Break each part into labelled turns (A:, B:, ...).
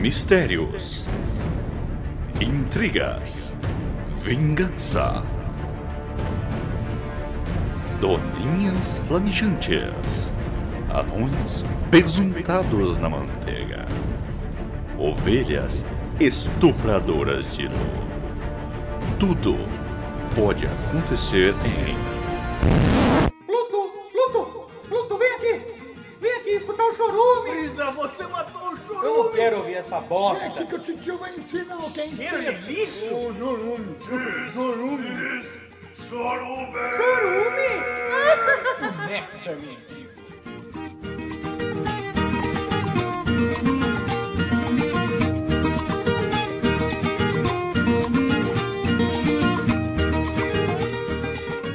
A: Mistérios, intrigas, vingança, doninhas flamijantes, anões pesuntados na manteiga, ovelhas estupradoras de luz. Tudo pode acontecer em
B: Pluto, Pluto, Pluto, vem aqui! Vem aqui escutar o chorume!
C: Brisa, você matou o chorume!
B: Eu não quero ouvir essa bosta!
D: que o titio vai ensinar o que é ensino.
C: lixo? O chorume. Chorume. Chorume.
B: Chorume!
D: Néctar, mendigo.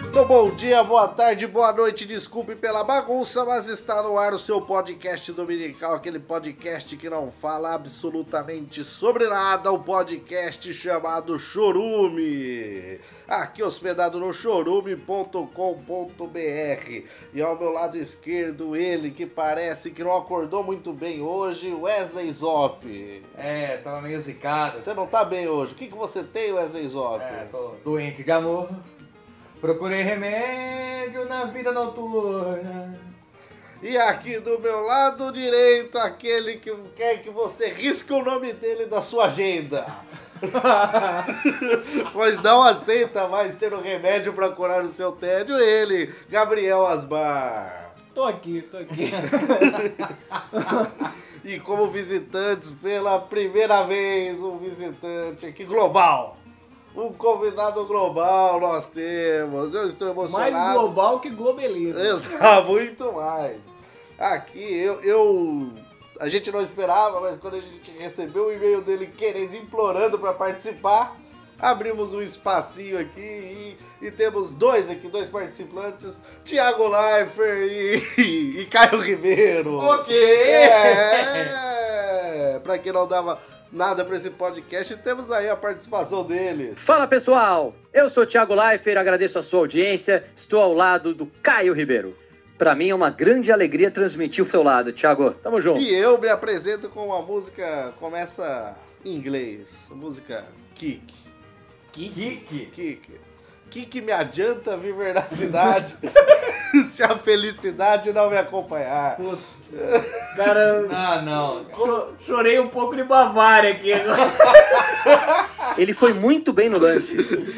E: Então, bom dia, boa tarde, boa noite. Desculpe pela bagunça, mas está no ar o seu podcast dominical, aquele podcast que não fala absolutamente sobre nada, o podcast chamado Chorume. Aqui hospedado no chorume.com.br. E ao meu lado esquerdo, ele que parece que não acordou muito bem hoje, Wesley Zop.
C: É, tava meio zicado.
E: Você não tá bem hoje. O que, que você tem, Wesley Zop?
C: É, tô doente de amor. Procurei remédio na vida noturna.
E: E aqui do meu lado direito, aquele que quer que você risque o nome dele da sua agenda. pois não aceita mais ter um remédio pra curar o seu tédio, ele, Gabriel Asbar.
D: Tô aqui, tô aqui.
E: E como visitantes, pela primeira vez, um visitante aqui global. Um convidado global nós temos. Eu estou emocionado.
D: Mais
C: um
D: global que globeleza.
E: Exato, muito mais. Aqui eu, eu. A gente não esperava, mas quando a gente recebeu o e-mail dele querendo, implorando para participar, abrimos um espacinho aqui e, e temos dois aqui, dois participantes: Thiago Leifert e, e Caio Ribeiro.
C: Ok.
E: É! Pra quem não dava nada pra esse podcast, temos aí a participação deles.
F: Fala pessoal, eu sou o Thiago Leifert, agradeço a sua audiência, estou ao lado do Caio Ribeiro. Pra mim é uma grande alegria transmitir o teu lado, Thiago. Tamo junto.
E: E eu me apresento com uma música, começa em inglês, música Kick.
C: Kiki.
E: Kick. Kick me adianta viver na cidade se a felicidade não me acompanhar.
D: Putz, cara,
C: Ah, não.
D: cho- chorei um pouco de Bavária aqui agora.
F: Ele foi muito bem no lance.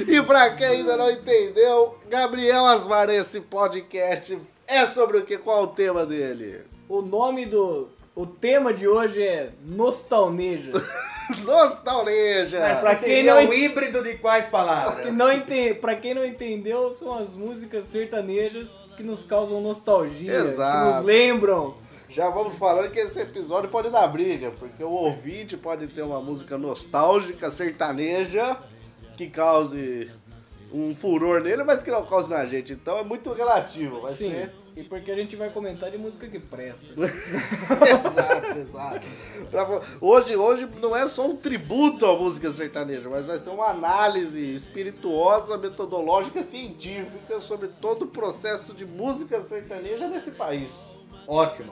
E: E pra quem ainda não entendeu, Gabriel Asmar, esse podcast é sobre o que? Qual é o tema dele?
D: O nome do. O tema de hoje é Nostalneja.
E: Nostalgia!
C: Mas
D: pra
C: pra
D: quem
B: é
C: seria
D: não
C: o híbrido de quais palavras?
D: Que não ente... Pra quem não entendeu, são as músicas sertanejas que nos causam nostalgia, que
E: Exato.
D: nos lembram.
E: Já vamos falando que esse episódio pode dar briga, porque o ouvinte pode ter uma música nostálgica, sertaneja, que cause um furor nele, mas que não cause na gente. Então é muito relativo, vai
D: Sim.
E: ser.
D: E porque a gente vai comentar de música que presta.
E: exato, exato. Pra vo- Hoje, hoje não é só um tributo à música sertaneja, mas vai ser uma análise espirituosa, metodológica, científica sobre todo o processo de música sertaneja nesse país.
C: Ótimo.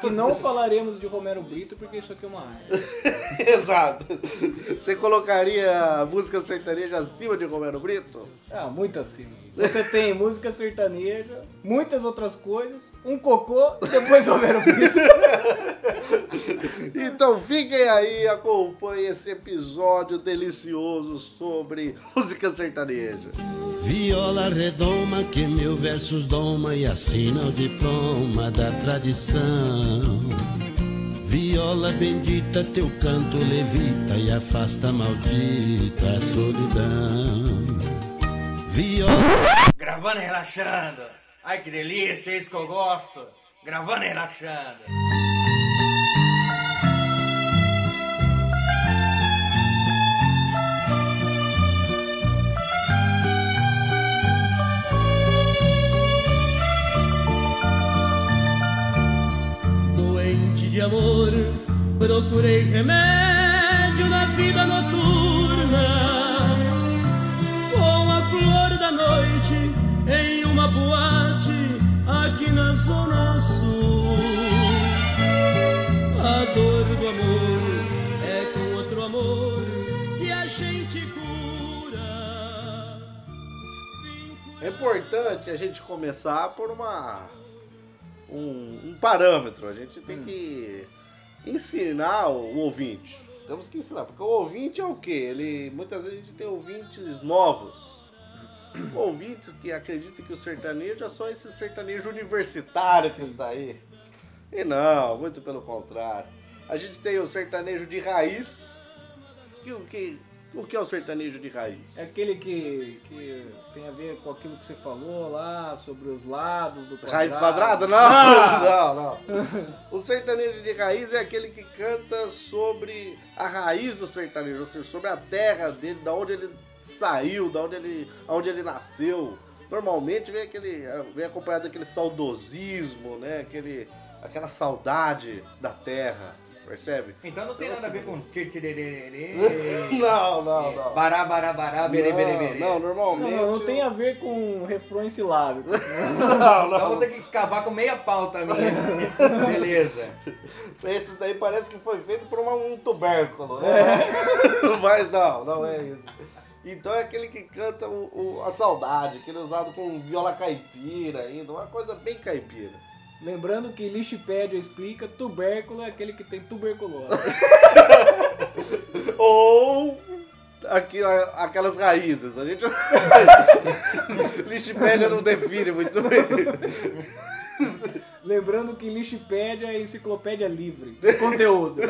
D: Que não falaremos de Romero Brito, porque isso aqui é uma arte.
E: Exato. Você colocaria música sertaneja acima de Romero Brito?
D: Ah, muito acima. Você tem música sertaneja, muitas outras coisas, um cocô e depois Romero Brito.
E: Então fiquem aí, acompanhem esse episódio delicioso sobre música sertaneja.
G: Viola redoma que meu versos doma e assina o diploma da tradição. Viola bendita, teu canto levita e afasta a maldita solidão. Viola,
C: Gravando e relaxando. Ai, que delícia, é isso que eu gosto. Gravando e relaxando.
H: doente de amor, procurei remédio na vida noturna. Com a flor da noite, em uma boate, aqui na Zona Sul. A dor do amor é
E: É importante a gente começar por uma um, um parâmetro. A gente tem que ensinar o, o ouvinte. Temos que ensinar, porque o ouvinte é o quê? Ele muitas vezes a gente tem ouvintes novos. ouvintes que acreditam que o sertanejo é só esse sertanejo universitário que está aí. E não, muito pelo contrário. A gente tem o sertanejo de raiz. Que, o que, o que é o sertanejo de raiz?
D: É aquele que, que tem a ver com aquilo que você falou lá, sobre os lados do quadrado.
E: Raiz quadrada? Não, não, não. O sertanejo de raiz é aquele que canta sobre a raiz do sertanejo, ou seja, sobre a terra dele, da onde ele saiu, da onde ele, aonde ele nasceu. Normalmente vem aquele, vem acompanhado daquele saudosismo, né? Aquele, aquela saudade da terra, percebe?
B: Então não tem nada a ver com tchirerererê.
E: Não, não, não.
B: Bará, bará, bará, berê, berê, berê.
E: Não, não,
D: Não,
E: normalmente.
D: não, não tem a ver com refrões silábicos.
E: Não,
B: Então vou
E: não.
B: ter que acabar com meia pauta minha. Beleza.
E: Esses daí parece que foi feito por uma- um tubérculo, né? Mas não, não é isso. Então é aquele que canta o- o- a saudade, aquele usado com viola caipira ainda, uma coisa bem caipira.
D: Lembrando que Lixipédia explica, tubérculo é aquele que tem tuberculose.
E: Ou aqui- a- aquelas raízes, a gente... Lixipédia não define muito bem.
D: Lembrando que Lixipédia é enciclopédia livre de conteúdo.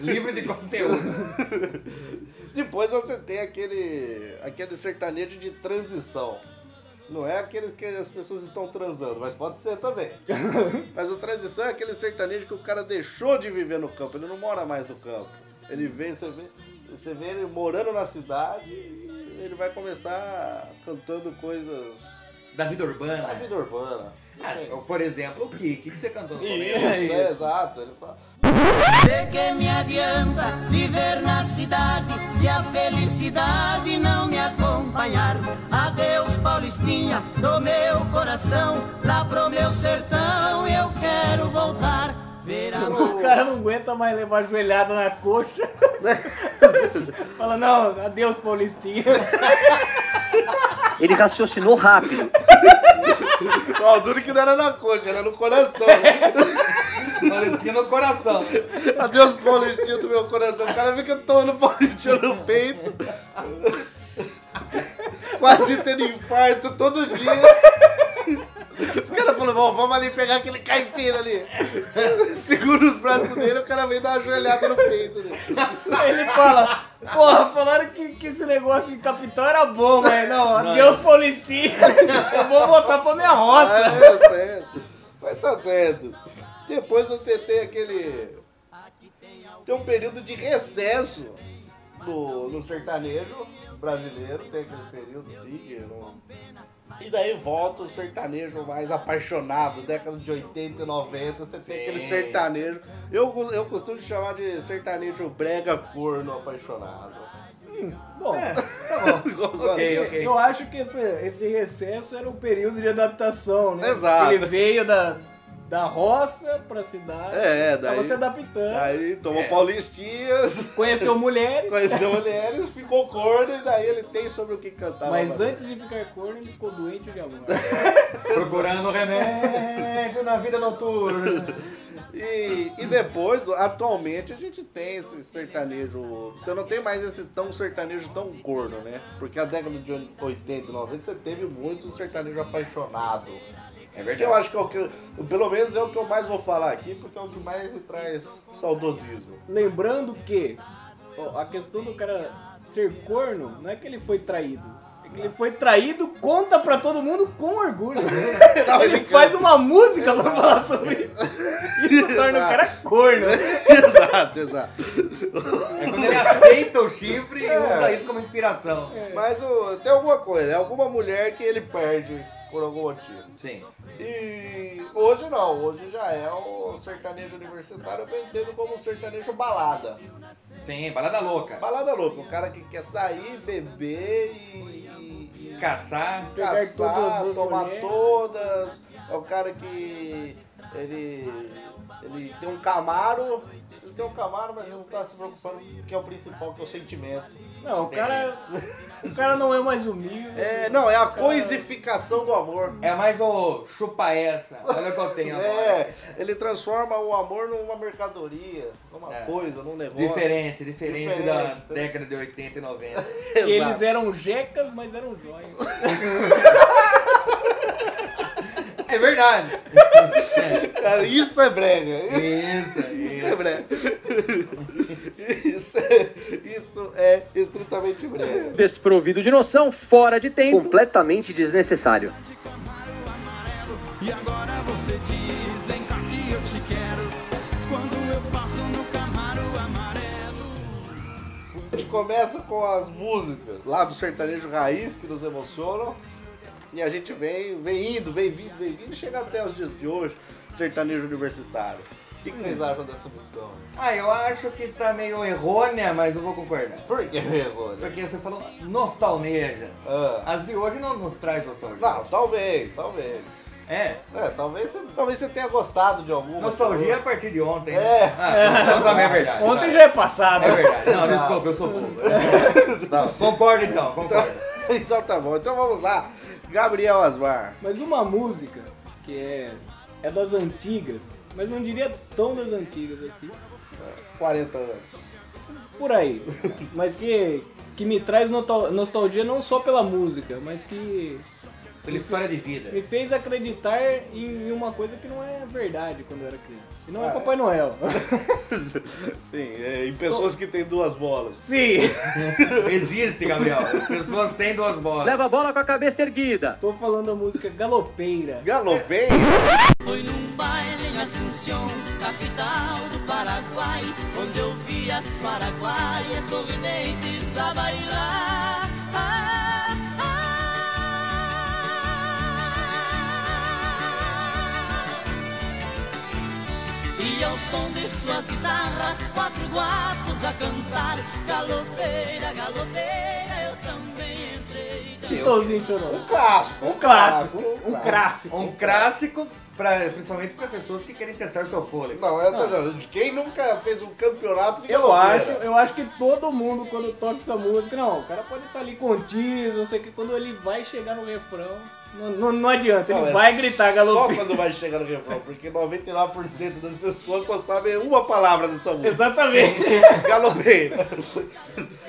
B: Livre de conteúdo.
E: Depois você tem aquele, aquele sertanejo de transição. Não é aqueles que as pessoas estão transando, mas pode ser também. mas o transição é aquele sertanejo que o cara deixou de viver no campo, ele não mora mais no campo. Ele vem, você vê, você vê ele morando na cidade e ele vai começar cantando coisas
B: Da vida urbana.
E: da vida urbana.
B: Ah, tipo, por exemplo, o Ki. O que que você cantou no começo?
E: é, exato. Ele fala,
I: De que me adianta viver na cidade se a felicidade não me acompanhar? Adeus, Paulistinha, do meu coração, lá pro meu sertão eu quero voltar. Ver a
D: O cara não aguenta mais levar joelhada na coxa. Fala, não, adeus, Paulistinha.
F: Ele raciocinou rápido.
E: "Ó, o duro que não era na coxa, era no coração. Né?
B: Parecia no coração.
E: Adeus, Paulistinha do meu coração. O cara fica tomando Paulistinha no peito. Quase tendo infarto todo dia. Os caras falam, bom, vamos ali pegar aquele caipira ali. Segura os braços dele, o cara vem dar uma ajoelhada no peito dele.
D: Ele fala, porra, falaram que, que esse negócio de capital era bom, mas não, adeus,
B: é.
D: Paulistinha. Eu vou voltar pra minha roça.
E: Ah, tá certo. Mas tá certo. Depois você tem aquele. Tem um período de recesso no, no sertanejo brasileiro, tem aquele período sim. que não- E daí volta o sertanejo mais apaixonado, década de 80 e 90, você tem aquele sertanejo. Eu, co- eu costumo chamar de sertanejo brega corno apaixonado.
D: Bom,
B: ok, É, ok.
D: eu acho que esse, esse recesso era um período de adaptação, né?
E: Exato.
D: Ele veio da, da roça pra cidade,
E: É,
D: tava
E: daí.
D: se adaptando,
E: Aí tomou paulistinhas.
D: conheceu mulheres,
E: Conheceu mulheres, ficou corno e daí ele tem sobre o que cantar.
D: mas
E: novamente.
D: antes de ficar corno, ele ficou doente de amor. É,
B: Procurando remédio na vida noturna.
E: E, e depois, atualmente, a gente tem esse sertanejo. Você não tem mais esse tão sertanejo tão corno, né? Porque a década de 80, 90, você teve muito sertanejo apaixonado.
B: É
E: Eu acho que é o que. eu- Pelo menos é o que eu mais vou falar aqui, porque é o que mais me traz saudosismo.
D: Lembrando que ó, a questão do cara ser corno não é que ele foi traído. é que Ele foi traído, conta pra todo mundo com orgulho.
E: Não,
D: Ele
E: ele
D: faz uma música pra falar sobre isso. Isso torna o cara corno.
E: exato, exato.
B: É quando ele aceita o chifre
E: É.
B: e usa isso como inspiração.
E: Mas ô, tem alguma coisa, é alguma mulher que ele perde por algum motivo.
B: Sim.
E: E hoje não, hoje já é o sertanejo universitário vendendo como sertanejo balada.
B: Sim, balada louca.
E: Balada louca, o cara que quer sair, beber e. e
B: Caçar.
D: Pegar todas
E: caçar,
D: as
E: tomar
D: mulheres.
E: todas. É o cara que. ele Ele tem um Camaro, ele tem um Camaro, mas ele não tá se preocupando que é o principal, que é o sentimento.
D: Não, o cara. O cara não é mais humilde.
E: É, não, é a coisificação do amor.
C: É mais o chupa essa. Olha o que eu tenho agora.
E: É, ele transforma o amor numa mercadoria, numa
C: É.
E: coisa, num negócio.
C: Diferente, diferente,
E: Diferente,
C: da
E: tá?
C: década de 80 e 90.
E: Exato.
D: Que eles é- eram jecas, mas eram joias.
C: É verdade.
E: Cara, isso é brega.
C: Isso,
E: Isso
C: isso.
E: é brega. Isso é, isso é estritamente brega.
F: Desprovido de noção, fora de tempo. Completamente desnecessário.
H: E agora você diz, vem cá que eu te quero. Quando eu passo no Camaro amarelo.
E: A gente começa com as músicas lá do sertanejo raiz que nos emocionam. E a gente vem, vem indo, vem vindo, vem vindo e chega até os dias de hoje, sertanejo universitário. O que, que vocês acham dessa missão?
C: Ah, eu acho que tá meio errônea, mas eu vou concordar.
E: Por que errou, né?
C: Porque você falou nostalmejas.
E: Ah.
C: As de hoje não nos traz nostalgia.
E: Não, talvez, talvez.
C: É.
E: É, talvez você, talvez você tenha gostado de alguma.
C: Nostalgia a partir de ontem.
E: É.
C: Ah, não, não, é verdade.
D: Ontem já é passado.
C: É verdade. Não, desculpa, eu sou burro. Concordo então, concordo.
E: então tá bom, então vamos lá. Gabriel Asmar.
D: Mas uma música que é, é das antigas, mas não diria tão das antigas assim,
E: 40 anos.
D: por aí. Mas que, que me traz noto- nostalgia não só pela música, mas que
C: Pela história de vida.
D: me fez acreditar em uma coisa que não é verdade quando eu era criança. E não é Papai Noel.
E: Sim, é, e pessoas que têm duas bolas.
D: Sim!
C: Existe, Gabriel. As pessoas têm duas bolas.
F: Leva a bola com a cabeça erguida.
D: Tô falando da música Galopeira.
E: Galopei?
I: Foi num baile em Assunção, capital do Paraguai, onde eu vi as paraguaias sorridentes a bailar. Ah, ah. E ao som de suas guitarras, quatro guapos a cantar, galopeira, galopeira, eu também entrei.
D: Chitãozinho chorou.
E: Clássico.
D: Um clássico, um clássico.
C: Um clássico, pra, principalmente para pessoas que querem testar o seu fôlego.
E: Não, eu tô não. Quem nunca fez um campeonato de
D: Eu
E: galopeira?
D: acho, eu acho que todo mundo quando toca essa música, não, o cara pode estar ali contido, não sei o que, quando ele vai chegar no refrão, não, não, não adianta, ele
E: Não, é
D: vai gritar
E: Só
D: galopeira.
E: quando vai chegar no refrão, porque 99% das pessoas só sabem uma palavra dessa música.
D: Exatamente.
E: Galopeira.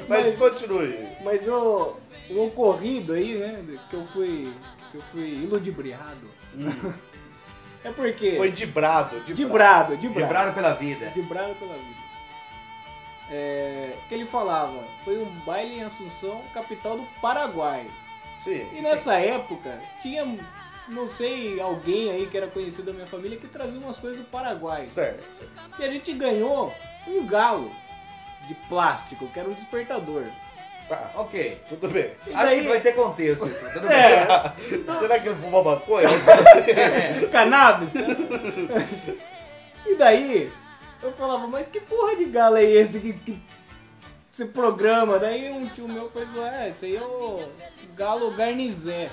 E: Mas
D: Mas-
E: continue.
D: Mas o, o ocorrido aí, né, que eu fui, que eu fui iludibriado, é porque...
E: Hum. Foi de brado. De brado.
D: dibrado, dibrado.
C: Quebraram pela vida.
D: De Braga pela vida. É, que ele falava, foi um baile em Assunção, capital do Paraguai.
E: Sim.
D: E nessa época, tinha, não sei, alguém aí que era conhecido da minha família que trazia umas coisas do Paraguai.
E: Certo. certo.
D: E a gente ganhou um galo de plástico, que era um despertador.
E: Tá,
C: Ok.
E: tudo bem.
D: E
C: Acho que
D: daí,
C: vai ter contexto isso. Tudo bem.
D: é,
E: Será que ele fumou maconha?
D: cannabis. né? e daí, eu falava, mas que porra de galo é esse que, que se programa? Daí um tio meu foi zoar, é, esse aí é o galo garnizé.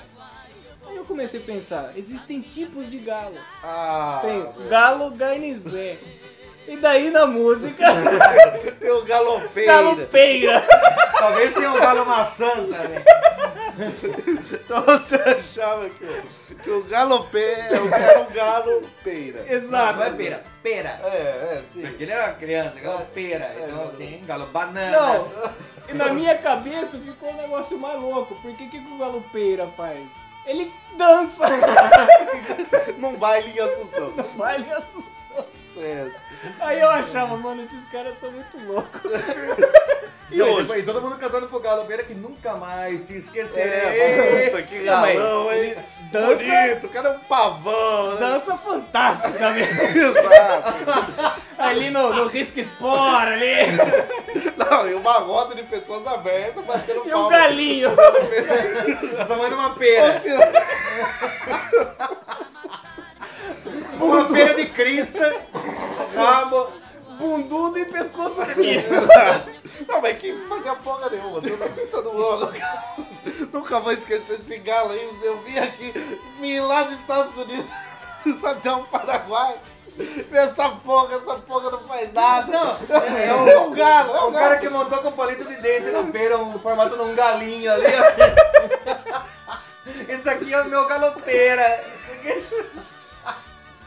D: Aí eu comecei a pensar, existem tipos de galo.
E: Ah,
D: Tem galo garnizé. E daí na música,
E: tem um o galopeira.
D: galopeira.
C: Talvez tenha um galo né? maçã também.
E: Então você achava que, que o galopeira, o cara é um galopeira.
D: Exato.
C: Não é pera, pera.
E: É, é, sim.
C: Porque ele era uma criança, galo pera. Então tem galo banana.
D: Não, e na minha cabeça ficou um negócio mais louco, porque o que, que o galopeira faz? Ele dança,
E: Num baile em Assunção. É,
D: vai em Assunção.
E: Certo.
D: Aí eu achava, mano, esses caras são muito loucos.
C: E, hoje? Depois, todo mundo cantando pro galo pera que nunca mais te
E: É,
C: esquecerei.
E: puta, que galão, hein?
D: Dança,
E: Bonito, o cara é um pavão, né?
D: dança fantástica mesmo.
E: Exato.
D: Ali no, no risco espora, ali.
E: Não, e uma roda de pessoas abertas batendo
D: E um
E: palma. É.
D: galinho. assim,
C: Tá tomando uma
E: Ou
C: pera.
E: seja,
C: Uma pera de crista. Rabo.
D: Bundudo e pescoço aqui.
E: Não, mas quem fazia porra nenhuma? Todo, todo mundo. Nunca, nunca vou esquecer esse galo aí. Eu vim aqui, vim lá dos Estados Unidos, até o um Paraguai. Essa porra, essa porra não faz nada.
C: Não, é, é
E: É
C: o,
E: o galo,
C: é o cara que montou com palito de dente na pera, um formato de um galinho ali. ó. Isso aqui é o meu galopeira.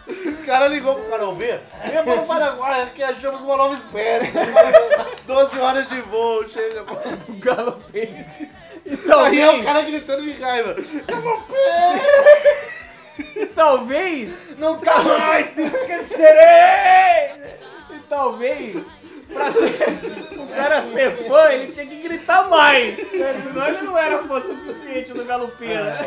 E: Os caras ligou pro cara ouvir. Vem para o Paraguai, que achamos uma nova espécie. 12 horas de voo, chega.
C: Galopeira.
E: Aí é o cara gritando de raiva.
D: E talvez,
C: Nunca mais te esquecerei!
D: e talvez, pra ser, o cara ser fã, ele tinha que gritar mais. né? Senão ele não era fã suficiente do Galopeira.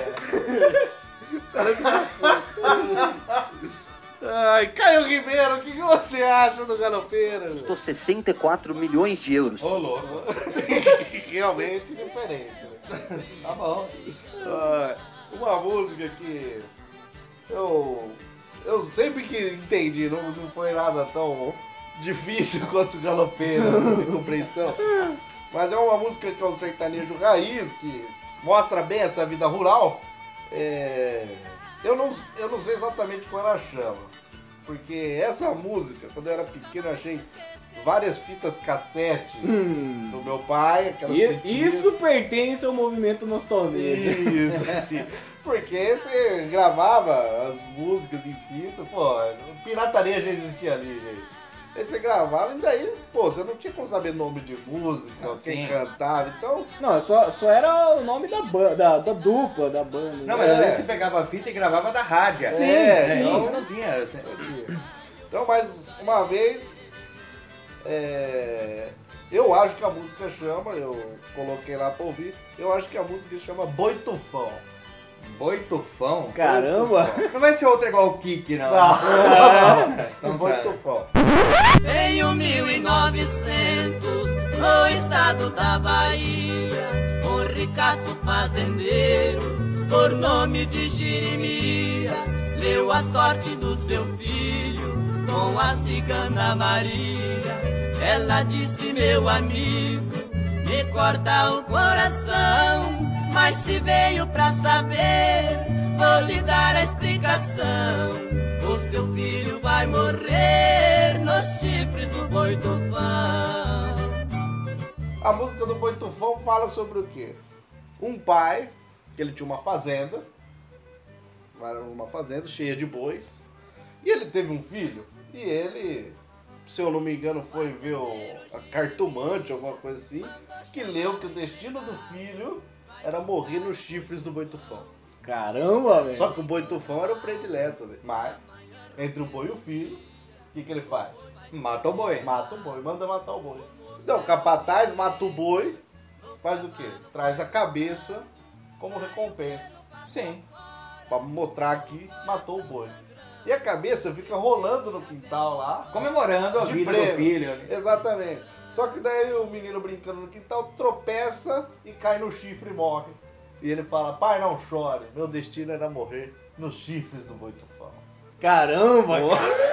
E: Ai, Caio Ribeiro, o que que você acha do galopeiro?
F: Custou 64 milhões de euros.
C: Ô, louco.
E: Realmente diferente. né?
C: Tá bom.
E: Ah, uma música que eu, eu sempre que entendi, não, não foi nada tão difícil quanto galopeiro de compreensão. Mas é uma música que é um sertanejo raiz, que mostra bem essa vida rural. É, eu, não, eu não sei exatamente como ela chama. Porque essa música, quando eu era pequeno, eu achei várias fitas cassete do meu pai, aquelas
D: E,
E: fitinhas.
D: isso pertence ao movimento nostalgia.
E: Isso, sim. Porque você gravava as músicas em fita, pô, pirataria já existia ali, gente. Aí você gravava e daí, pô, você não tinha como saber nome de música,
C: sim.
E: quem cantava, então.
D: Não, é só, só era o nome da, ban- da, da dupla, da banda.
C: Não,
D: né?
C: mas às vezes você pegava a fita e gravava da rádio.
E: É. Sim,
C: é,
E: sim.
C: Então não tinha. assim,
E: Então, mais uma vez, é, eu acho que a música chama, eu coloquei lá pra ouvir, eu acho que a música chama Boitufão.
C: Boitufão?
D: Caramba!
C: Não vai ser outra igual o Kiki, não.
D: Ah,
E: Então, Boitufão.
I: Em 1900, no estado da Bahia, um ricaço fazendeiro, por nome de Jeremia, leu a sorte do seu filho com a cigana Maria. Ela disse, meu amigo, me corta o coração, mas se veio pra saber, vou lhe dar a explicação. O seu filho vai morrer nos chifres do boi tufão.
E: A música do Boi Tufão fala sobre o quê? Um pai, que ele tinha uma fazenda, uma fazenda cheia de bois, e ele teve um filho, e ele, se eu não me engano, foi ver o a cartomante, alguma coisa assim, que leu que o destino do filho era morrer nos chifres do Boi Tufão.
D: Caramba, velho!
E: Só que o Boi Tufão era o predileto, né? mas, entre o boi e o filho, o que que ele faz?
C: Mata o boi.
E: Mata o boi, manda matar o boi. Então, o capataz mata o boi, faz o quê? Traz a cabeça como recompensa.
C: Sim.
E: Pra mostrar que matou o boi. E a cabeça fica rolando no quintal lá.
C: Comemorando É a
E: de
C: vida
E: prêmio.
C: do filho. né?
E: Exatamente. Só que daí o menino brincando no quintal tropeça e cai no chifre e morre. E ele fala, pai, não chore, meu destino era morrer nos chifres do boi tufão.
D: Caramba!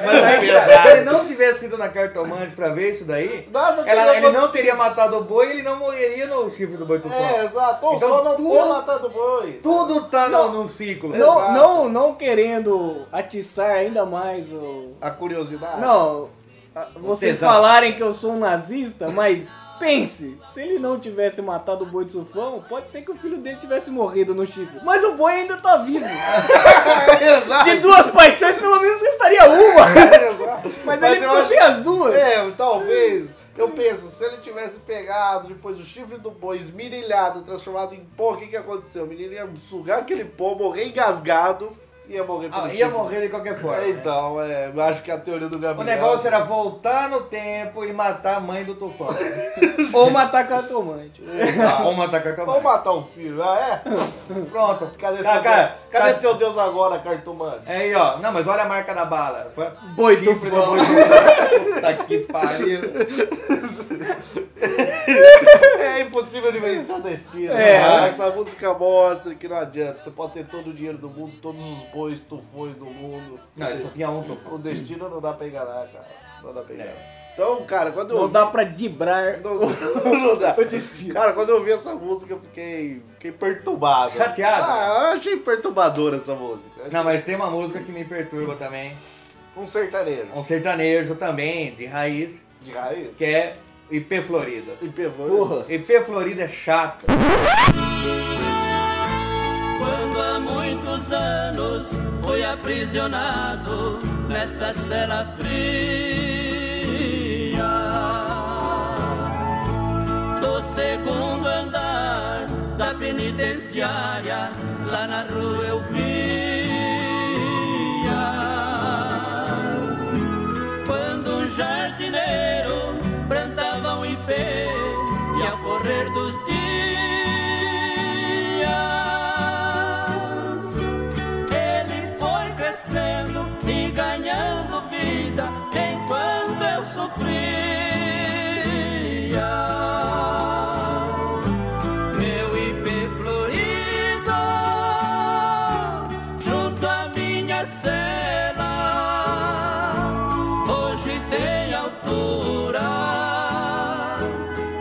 C: Mas
E: é
C: aí, se ele não tivesse ido na cartomante pra ver isso daí,
E: Nada
C: ela-
E: teria
C: ele não
E: acontecido.
C: teria matado o boi e ele não morreria no chifre do boi tufão.
E: É, exato. Ou
C: Então,
E: só não
C: tudo-
E: ter matado o tá boi.
C: Tudo tá no, num ciclo.
D: Não, não, não querendo atiçar ainda mais o.
E: A curiosidade.
D: Não, a- vocês
C: tesão.
D: falarem que eu sou um nazista, mas pense, se ele não tivesse matado o boi de sufão, pode ser que o filho dele tivesse morrido no chifre. Mas o boi ainda tá vivo.
E: Exato.
D: De duas paixões, pelo menos restaria uma.
E: Exato.
D: Mas, ele
E: eu
D: ficou
E: acho-
D: sem as duas.
E: É, talvez. Eu penso, se ele tivesse pegado depois o chifre do boi esmirilhado, transformado em pó, o que, que aconteceu? O menino ia sugar aquele pó, morrer engasgado e ia morrer pelo
C: Ah,
E: chifre.
C: ia morrer de qualquer forma.
E: É, Então, é, eu acho que a teoria do
C: O
E: Gabriel.
C: negócio era voltar no tempo e matar a mãe do tufão. Ah,
D: Ou matar cartomante.
C: Ou matar tá a cartomante.
E: Vamos matar o filho, ah, é?
C: Pronto.
E: Cadê,
C: Cara,
E: seu,
C: cara,
E: Deus? Cadê
C: tá-
E: seu Deus agora, cartomante?
C: Aí, ó. Não, mas olha a marca da bala. Foi-
D: Boi
C: Chifre do
D: tufão.
C: boi tufão. Puta que pariu.
E: É impossível de vencer o destino.
D: É.
E: né? Essa música mostra que não adianta. Você pode ter todo o dinheiro do mundo, todos os bois, tufões do mundo.
C: Não, ele só tinha um tufão.
E: O destino não dá pra enganar, cara. Não dá pra enganar. Então, cara, quando eu.
D: Não
E: vi- então,
D: dá pra dibrar.
E: Não, não dá.
D: o destino.
E: Cara, quando eu ouvi essa música, eu fiquei, fiquei perturbado.
C: Chateado?
E: Ah, eu achei perturbadora essa música.
C: Não, mas tem uma música que me perturba também.
E: Um sertanejo.
C: Um sertanejo também, de raiz,
E: De raiz.
C: que é IP Florida.
E: E pegou.
C: Porra, IP Florida é chata.
I: Quando há muitos anos fui aprisionado nesta cela fria do segundo andar da penitenciária. Lá na rua eu via quando um jardineiro plantava um ipê e ao correr dos dias ele foi crescendo e ganhando vida enquanto eu sofria. Meu IP florido, junto à minha cela, hoje tem altura.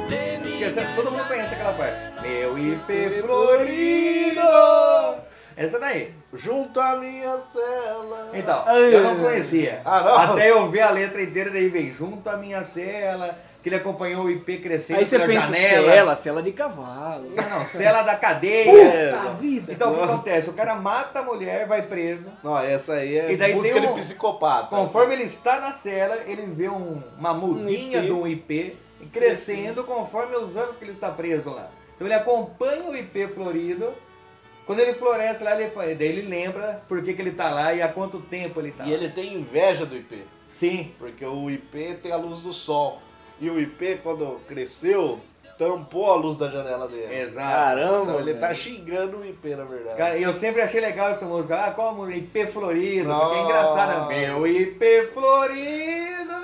I: de
C: Porque
I: minha
C: essa- todo mundo conhece aquela parte. Meu IP Florido!
E: Florido.
C: Essa daí.
E: Junto à minha cela.
C: Então,
D: Ai.
C: eu não conhecia.
E: Ah, não?
C: Até eu ver a letra inteira, daí vem junto à minha cela, que ele acompanhou o IP crescendo
D: Aí você
C: pela
D: pensa,
C: janela.
D: cela, cela de cavalo.
C: Não, não, cela da cadeia.
E: É,
D: Puta vida.
C: Então o que acontece? O cara mata a mulher, vai preso.
E: Não, essa aí é
C: E daí
E: música
C: tem um-
E: de psicopata.
C: Conforme ele está na cela, ele vê um- uma mudinha
D: IP.
C: de um IP crescendo conforme os anos que ele está preso lá. Então ele acompanha o IP florido. Quando ele floresce lá, ele, fa- daí ele lembra por que, que ele está lá e há quanto tempo ele está
E: E
C: lá.
E: ele tem inveja do IP.
C: Sim.
E: Porque o IP tem a luz do sol. E o IP, quando cresceu, tampou a luz da janela dele.
C: Exato.
D: Caramba,
E: Então, ele tá
D: velho.
E: xingando o IP, na verdade.
C: Cara, eu sempre achei legal essa música. Ah, como IP florido, porque é
E: Nossa.
C: engraçada. Meu IP florido.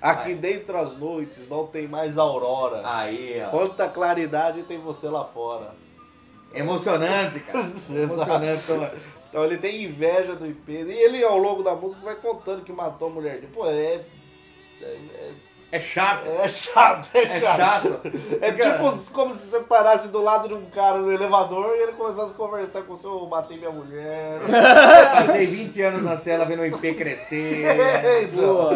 E: Aqui dentro às noites não tem mais aurora.
C: Ah. Aí, ó.
E: Quanta claridade tem você lá fora.
C: Emocionante, cara. Emocionante. é.
E: Exato. Então ele tem inveja do IP. E ele, ao longo da música, vai contando que matou a mulher. dele. Pô, é,
C: É chato.
E: é chato, é
C: É
E: chato.
C: chato.
E: É
C: Cara,
E: tipo como se você parasse do lado de um cara no elevador e ele começasse a conversar com o seu, eu matei minha mulher.
C: Passei 20 anos na cela vendo o IP crescer.
E: então,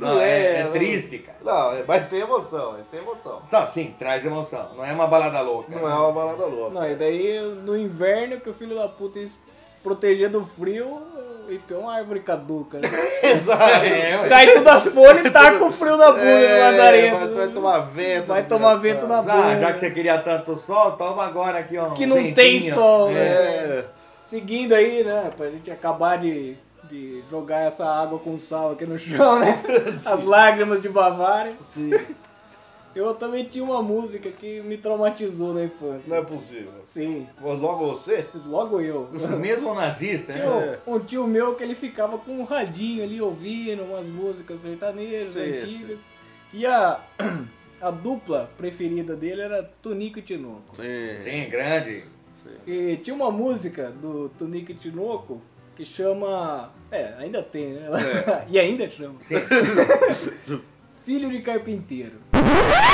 C: Não, é, é triste, cara.
E: Não, é- mas tem emoção, é, tem emoção.
C: Então, sim, traz emoção. Não é uma balada louca.
E: Não é uma balada louca.
D: Não, e daí no inverno que o filho da puta ia se proteger do frio, o IP é uma árvore caduca. né?
E: Exato. É,
C: É, ué.
D: Cai tudo as folhas e taca o frio na bunda do lazarento.
E: mas vai tomar vento.
D: Vai tomar vento na bunda.
C: Ah, já que você queria tanto sol, toma agora aqui, ó. um
D: Que não tem
C: ventinho.
D: sol, né?
E: É,
D: Seguindo aí, né, pra gente acabar de, de jogar essa água com sal aqui no chão, né? As lágrimas de Bavária.
E: sim.
D: Eu também tinha uma música que me traumatizou na infância.
E: Não é possível.
D: Sim,
E: Mas Logo você?
D: logo eu.
C: É. Mesmo nazista, né?
D: Tinha um, um tio meu que ele ficava com um radinho ali ouvindo umas músicas sertanejas
E: Sim,
D: antigas. E a, a dupla preferida dele era Tonico e Tinoco.
C: Sim, grande.
D: E tinha uma música do Tonico e Tinoco que chama. É, ainda tem, né?
E: É.
D: e ainda chama. Filho de carpinteiro.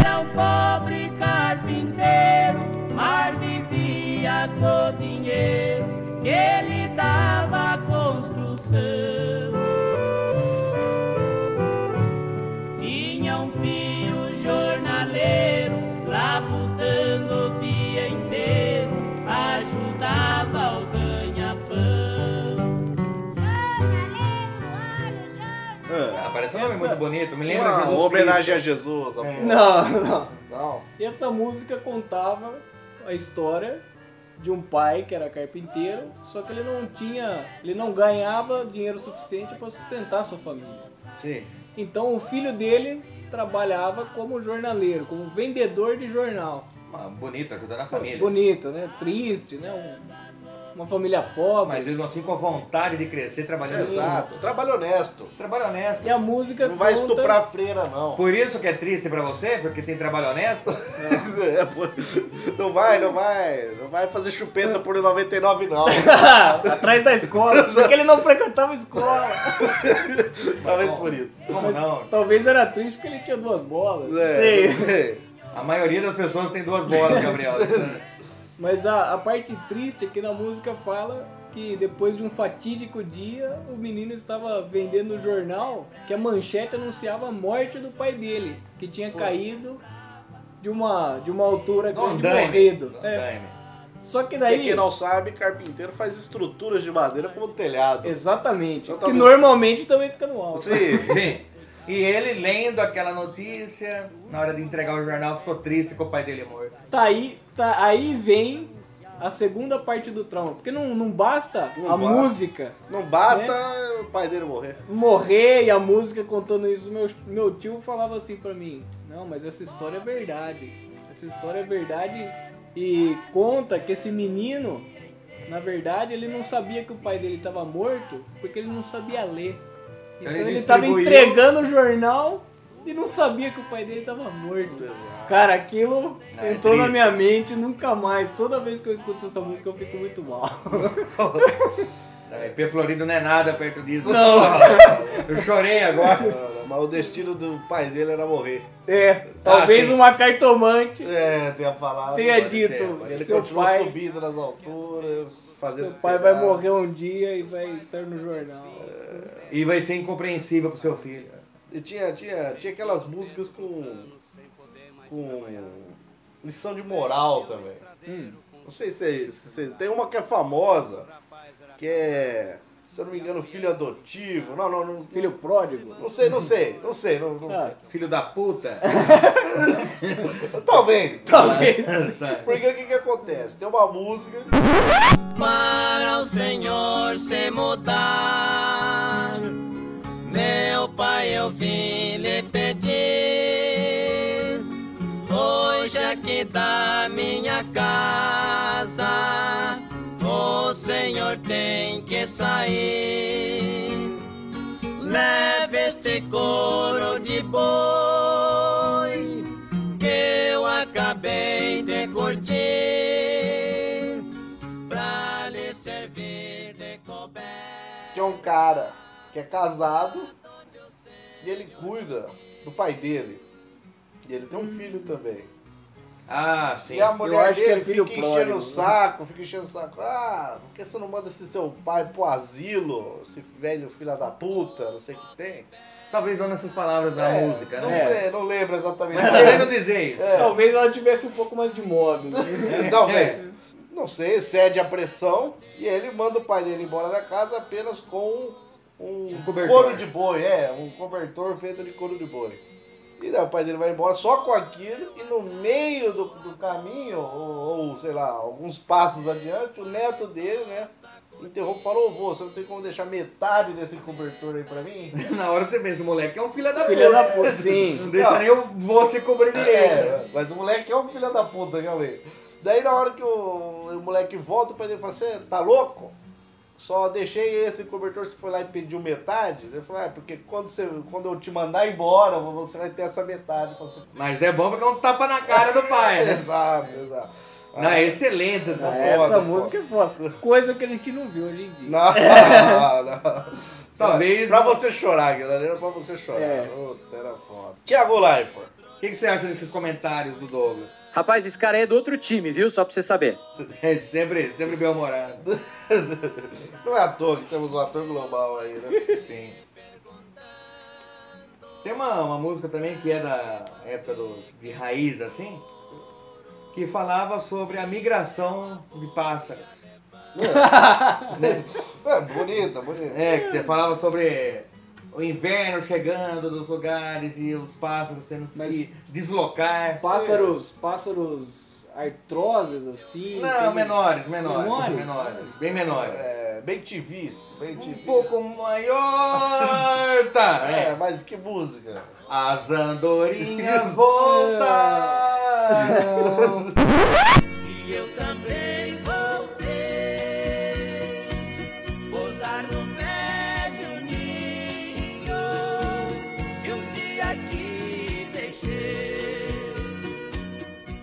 I: Era um pobre carpinteiro, mas vivia com dinheiro que ele dava à construção. Tinha um fio jornaleiro, labutando o dia inteiro, ajudava o ganha-pão.
C: Ah, parece um nome muito bonito. Me lembra
E: Uma
C: Jesus
E: Ah, homenagem
C: Cristo.
E: a Jesus. ó, pô.
D: Não, não.
E: Não.
D: E essa música contava a história de um pai que era carpinteiro, só que ele não tinha, ele não ganhava dinheiro suficiente para sustentar sua família.
E: Sim.
D: Então o filho dele trabalhava como jornaleiro, como vendedor de jornal.
C: Ah, Bonito, ajudando a família.
D: Bonito, né? Triste, né? Um- uma família pobre.
C: Mas mesmo assim com a vontade de crescer trabalhando.
E: Exato. Trabalho honesto.
C: Trabalho honesto.
D: E a música
E: Não vai
D: conta-
E: estuprar a freira, não.
C: Por isso que é triste pra você, porque tem trabalho honesto.
E: É, pô. Não vai, não vai. Não vai fazer chupeta por 99, não.
D: atrás da escola, porque ele não frequentava escola.
E: Talvez por isso.
C: Como não?
D: Talvez era triste porque ele tinha duas bolas.
E: É,
D: Sei.
E: é.
C: A maioria das pessoas tem duas bolas, Gabriel.
D: Mas a, a parte triste é que na música fala que depois de um fatídico dia, o menino estava vendendo no jornal que a manchete anunciava a morte do pai dele, que tinha caído de uma, de uma
C: é
D: altura grande
C: Andaime.
D: morrido. É.
C: Andaime.
D: Só que
E: E
D: daí.
E: quem não sabe, carpinteiro faz estruturas de madeira como telhado.
D: Exatamente.
E: Então,
D: que
E: talvez-
D: normalmente também fica no alto.
E: Sim.
C: Sim. E ele lendo aquela notícia, na hora de entregar o jornal, ficou triste com o pai dele morto.
D: Tá aí, tá, aí vem a segunda parte do trauma. Porque não, não basta
E: Não
D: a
E: basta.
D: música
E: Não basta
D: Né?
E: o pai dele morrer.
D: morrer e a música contando isso. Meu, meu tio falava assim pra mim: Não, mas essa história é verdade. Essa história é verdade. E conta que esse menino, na verdade, ele não sabia que o pai dele estava morto porque ele não sabia ler.
C: Então
D: Então
C: ele
D: ele estava
C: distribuiu-
D: entregando o jornal e não sabia que o pai dele estava morto. Cara, aquilo
C: Ah, é
D: entrou na
C: triste.
D: minha mente nunca mais. Toda vez que eu escuto essa música eu fico muito mal.
C: É, P. Florido não é nada perto disso.
D: Não.
C: Eu chorei agora.
E: É, Mas o destino do pai dele era morrer.
D: É, talvez
C: Tá, sim.
D: uma cartomante
E: É, tenha falado.
D: tenha
E: mas-
D: dito,
E: Ele
D: seu
E: continua
D: pai-
E: subindo nas alturas, fazendo.
D: Seu pai vai
E: piada.
D: morrer um dia e vai estar no jornal.
C: E vai ser incompreensível pro seu filho.
E: E tinha, tinha, tinha aquelas músicas com. com. lição de moral também.
D: Hum.
E: Não sei se vocês. Se, vocês- tem uma que é famosa, que é. se eu não me engano, filho adotivo. Não, não, não.
D: Filho pródigo?
E: Não sei, não sei, não sei, não, não
D: Ah,
C: Filho da puta.
E: sei. Talvez.
D: talvez.
E: Porque o que, que acontece? Tem uma música.
I: para o Senhor se mudar. Meu pai, eu vim lhe pedir, hoje aqui da minha casa, o Senhor tem que sair. Leve este couro de boi que eu acabei de curtir pra lhe servir de coberta.
E: que é um cara que é casado e ele cuida do pai dele. E ele tem um filho também.
C: Ah, sim.
E: E a mulher
D: acho que
E: dele
D: é filho
E: fica
D: pródigo,
E: enchendo o
D: né?
E: saco, fica enchendo o saco. Ah, por que você não manda esse seu pai pro asilo, esse velho filho da puta, não sei o que tem.
C: Talvez não nessas palavras da
E: É,
C: música,
E: Não
C: né?
E: sei, não lembro exatamente.
C: Mas
D: É.
C: querendo dizer isso.
D: Talvez ela tivesse um pouco mais de modo. né?
E: É, Talvez. Não sei, cede a pressão e ele manda o pai dele embora da casa apenas com um,
C: Um cobertor.
E: couro de boi, é, um cobertor feito de couro de boi. E daí o pai dele vai embora só com aquilo e no meio do, do caminho, ou, ou, sei lá, alguns passos adiante, o neto dele, né, interrompe e falou, ô vô, você não tem como deixar metade desse cobertor aí pra mim?
C: Na hora você pensa, moleque, é um filho da
D: Filha
C: puta.
D: da puta,
C: Não
D: sim.
C: deixa nem eu você cobrir direito.
E: É, mas o moleque é um filho da puta, realmente. Daí na hora que o, o moleque volta, o pai dele fala, você tá louco? Só deixei esse cobertor, você foi lá e pediu metade? Ele falou, ah, porque quando, você, quando eu te mandar embora, você vai ter essa metade. Eu falei assim,
C: Mas é bom porque é um tapa na cara do pai, né?
E: Exato, exato.
C: Não, é excelente essa
E: Ah,
C: foto.
D: É. Essa
E: foda,
D: música é foda. Coisa que a gente não viu hoje em dia.
E: Não, não, não.
C: É. Talvez-
E: Pra você chorar, galera, era pra você chorar.
D: É.
E: Puta, era foda. Tiago Leifert.
C: O que, que você acha desses comentários do Douglas?
F: Rapaz, esse cara é do outro time, viu? Só pra você saber.
C: É sempre, sempre bem-humorado.
E: Não é à toa que temos um ator global aí, né?
C: Sim. Tem uma, uma música também que é da época do, de raiz, assim, que falava sobre a migração de pássaros.
E: É, bonita, bonita.
C: É, que você falava sobre o inverno chegando nos lugares e os pássaros tendo que
D: Mas-
C: se deslocar.
D: Pássaros, pássaros artroses assim.
C: Não,
D: tem-
C: menores, menores, menores,
D: Menores?
C: bem menores.
E: É, tipo bem TVs, bem
C: Um
E: TVs.
C: pouco maior, tá?
E: É,
C: É.
E: mas que música?
C: As andorinhas voltaram.
I: E eu também voltei Pousar no velho ninho Que um dia quis deixei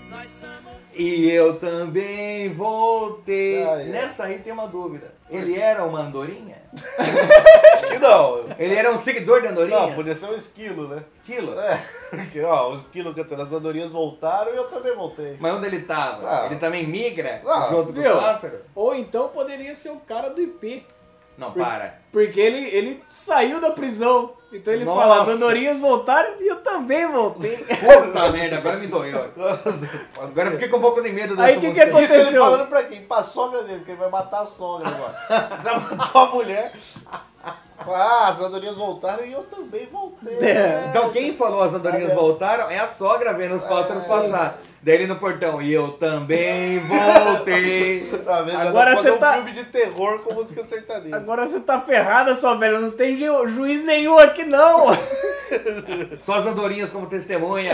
I: Nós estamos
C: e eu também voltei.
E: Ah, é.
C: Nessa aí tem uma dúvida. Ele era uma andorinha?
E: Acho que não.
C: Ele era um seguidor de andorinha?
E: Não, podia ser um esquilo, né?
C: Aquilo.
E: É, porque, ó, os quilos cantando, as andorinhas voltaram e eu também voltei.
C: Mas onde ele tava?
E: Ah.
C: Ele também migra
E: Ah,
C: junto com
D: viu?
C: o pássaro?
D: Ou então poderia ser o cara do IP.
C: Não, para.
D: Porque ele, ele saiu da prisão. Então ele
C: Nossa.
D: fala, as andorinhas voltaram e eu também voltei.
C: Puta merda, agora me doeu. Agora eu fiquei com um pouco de medo da
D: Aí
C: sua
D: que que
C: música.
D: aconteceu?
E: Isso ele falando pra quem? Pra sogra dele, porque ele vai matar a sogra agora. Já matou a mulher. Ah, as andorinhas voltaram e eu também voltei.
D: É.
E: né?
C: Então quem falou as andorinhas
E: Adeus.
C: voltaram é a sogra vendo os pássaros passar. Daí ele no portão, e eu também voltei.
E: Tá vendo? Já dá
D: Agora
E: pra fazer
D: você tá-
E: um filme de terror com música sertaneja.
D: Agora você tá ferrada, sua velha. Não tem ju- juiz nenhum aqui, não.
C: Só as andorinhas como testemunha.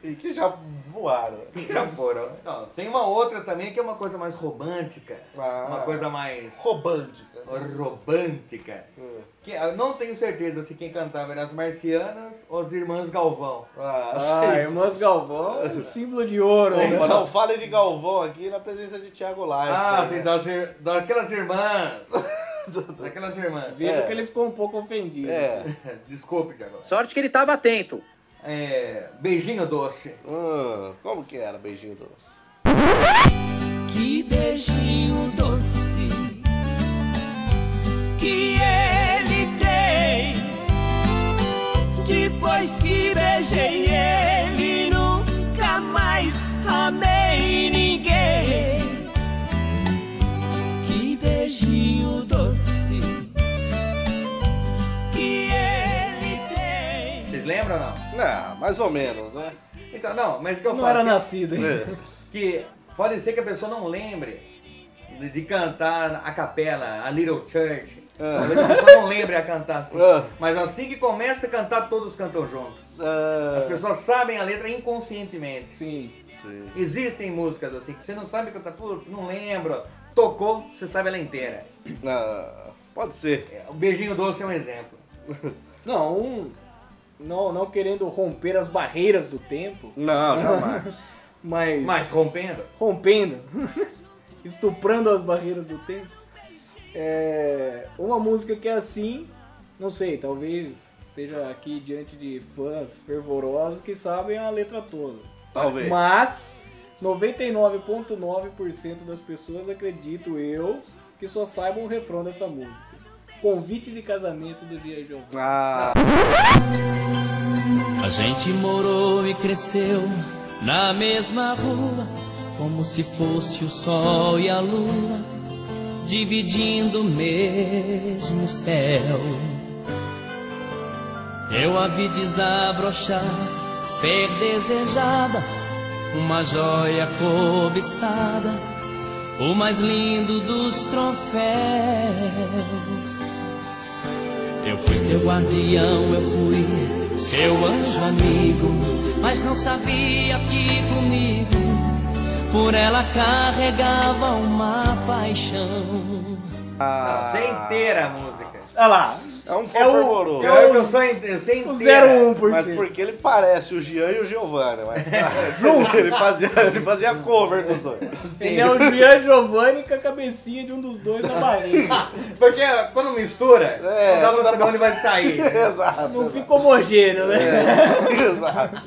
E: Sim, que já voaram.
C: Já foram. Não, tem uma outra também que é uma coisa mais romântica.
E: Ah.
C: Uma coisa mais
E: Robândica.
C: romântica.
E: Hum.
C: Que eu não tenho certeza se quem cantava eram as marcianas ou as irmãs Galvão.
D: Ah,
E: Ah,
D: Irmãs Galvão, um símbolo de ouro. né?
E: Opa, não fale de Galvão aqui na presença de Thiago né? Live.
C: Ah, sim, das, ir- daquelas irmãs. daquelas irmãs.
D: Veja
E: É.
D: que ele ficou um pouco ofendido.
E: É.
C: Desculpe, Tiago.
F: Sorte que ele tava atento.
C: É, beijinho doce.
E: Hum, como que era, beijinho doce?
I: Que beijinho doce que ele tem. Depois que beijei ele, nunca mais amei ninguém. Que beijinho doce que ele tem.
C: Vocês lembram ou não?
E: Não, mais ou menos, né?
C: Então, não, mas o que eu
D: Não
C: falo
D: era
C: que-
D: nascido, hein?
C: que pode ser que a pessoa não lembre de, de cantar a capela, a Little Church. Talvez a pessoa não lembre a cantar assim.
E: Ah.
C: Mas assim que começa a cantar, todos cantam juntos.
E: Ah,
C: As pessoas sabem a letra inconscientemente.
D: Sim.
E: sim.
C: Existem músicas assim que você não sabe cantar, putz, não lembro. Tocou, você sabe ela inteira.
E: Ah, pode ser.
C: É, O Beijinho Doce é um exemplo.
D: Não, um. Não, não querendo romper as barreiras do tempo,
E: Não, jamais.
D: mas.
C: Mas rompendo,
D: rompendo, estuprando as barreiras do tempo. É, uma música que é assim, não sei, talvez esteja aqui diante de fãs fervorosos que sabem a letra toda.
E: Talvez.
D: Mas 99,9% das pessoas, acredito eu, que só saibam o refrão dessa música. Convite de casamento do Dia João.
E: Ah,
J: A gente morou e cresceu na mesma rua, como se fosse o sol e a lua, dividindo o mesmo céu. Eu a vi desabrochar, ser desejada, uma joia cobiçada, o mais lindo dos troféus. Eu fui seu guardião, eu fui seu anjo amigo, mas não sabia que comigo por ela carregava uma paixão.
C: ah. sei inteira a música.
D: Olha lá,
E: é um fã
D: É o-
E: fervoroso.
D: é
C: Eu, eu,
D: o-
C: sou inte- eu sei
D: o
C: inteira.
D: 01%.
E: Mas porque ele parece o Gian e o Giovanni, mas cara, junto ele fazia, ele fazia cover dos dois.
D: Ele é o Gian Giovanni com a cabecinha de um dos dois na barriga.
C: Porque quando mistura, não
E: É,
C: dá
E: não
C: pra
E: dá
C: saber
E: pra-
C: onde vai sair.
E: exato.
D: Não
E: exato.
D: fica homogêneo, né?
E: É, exato.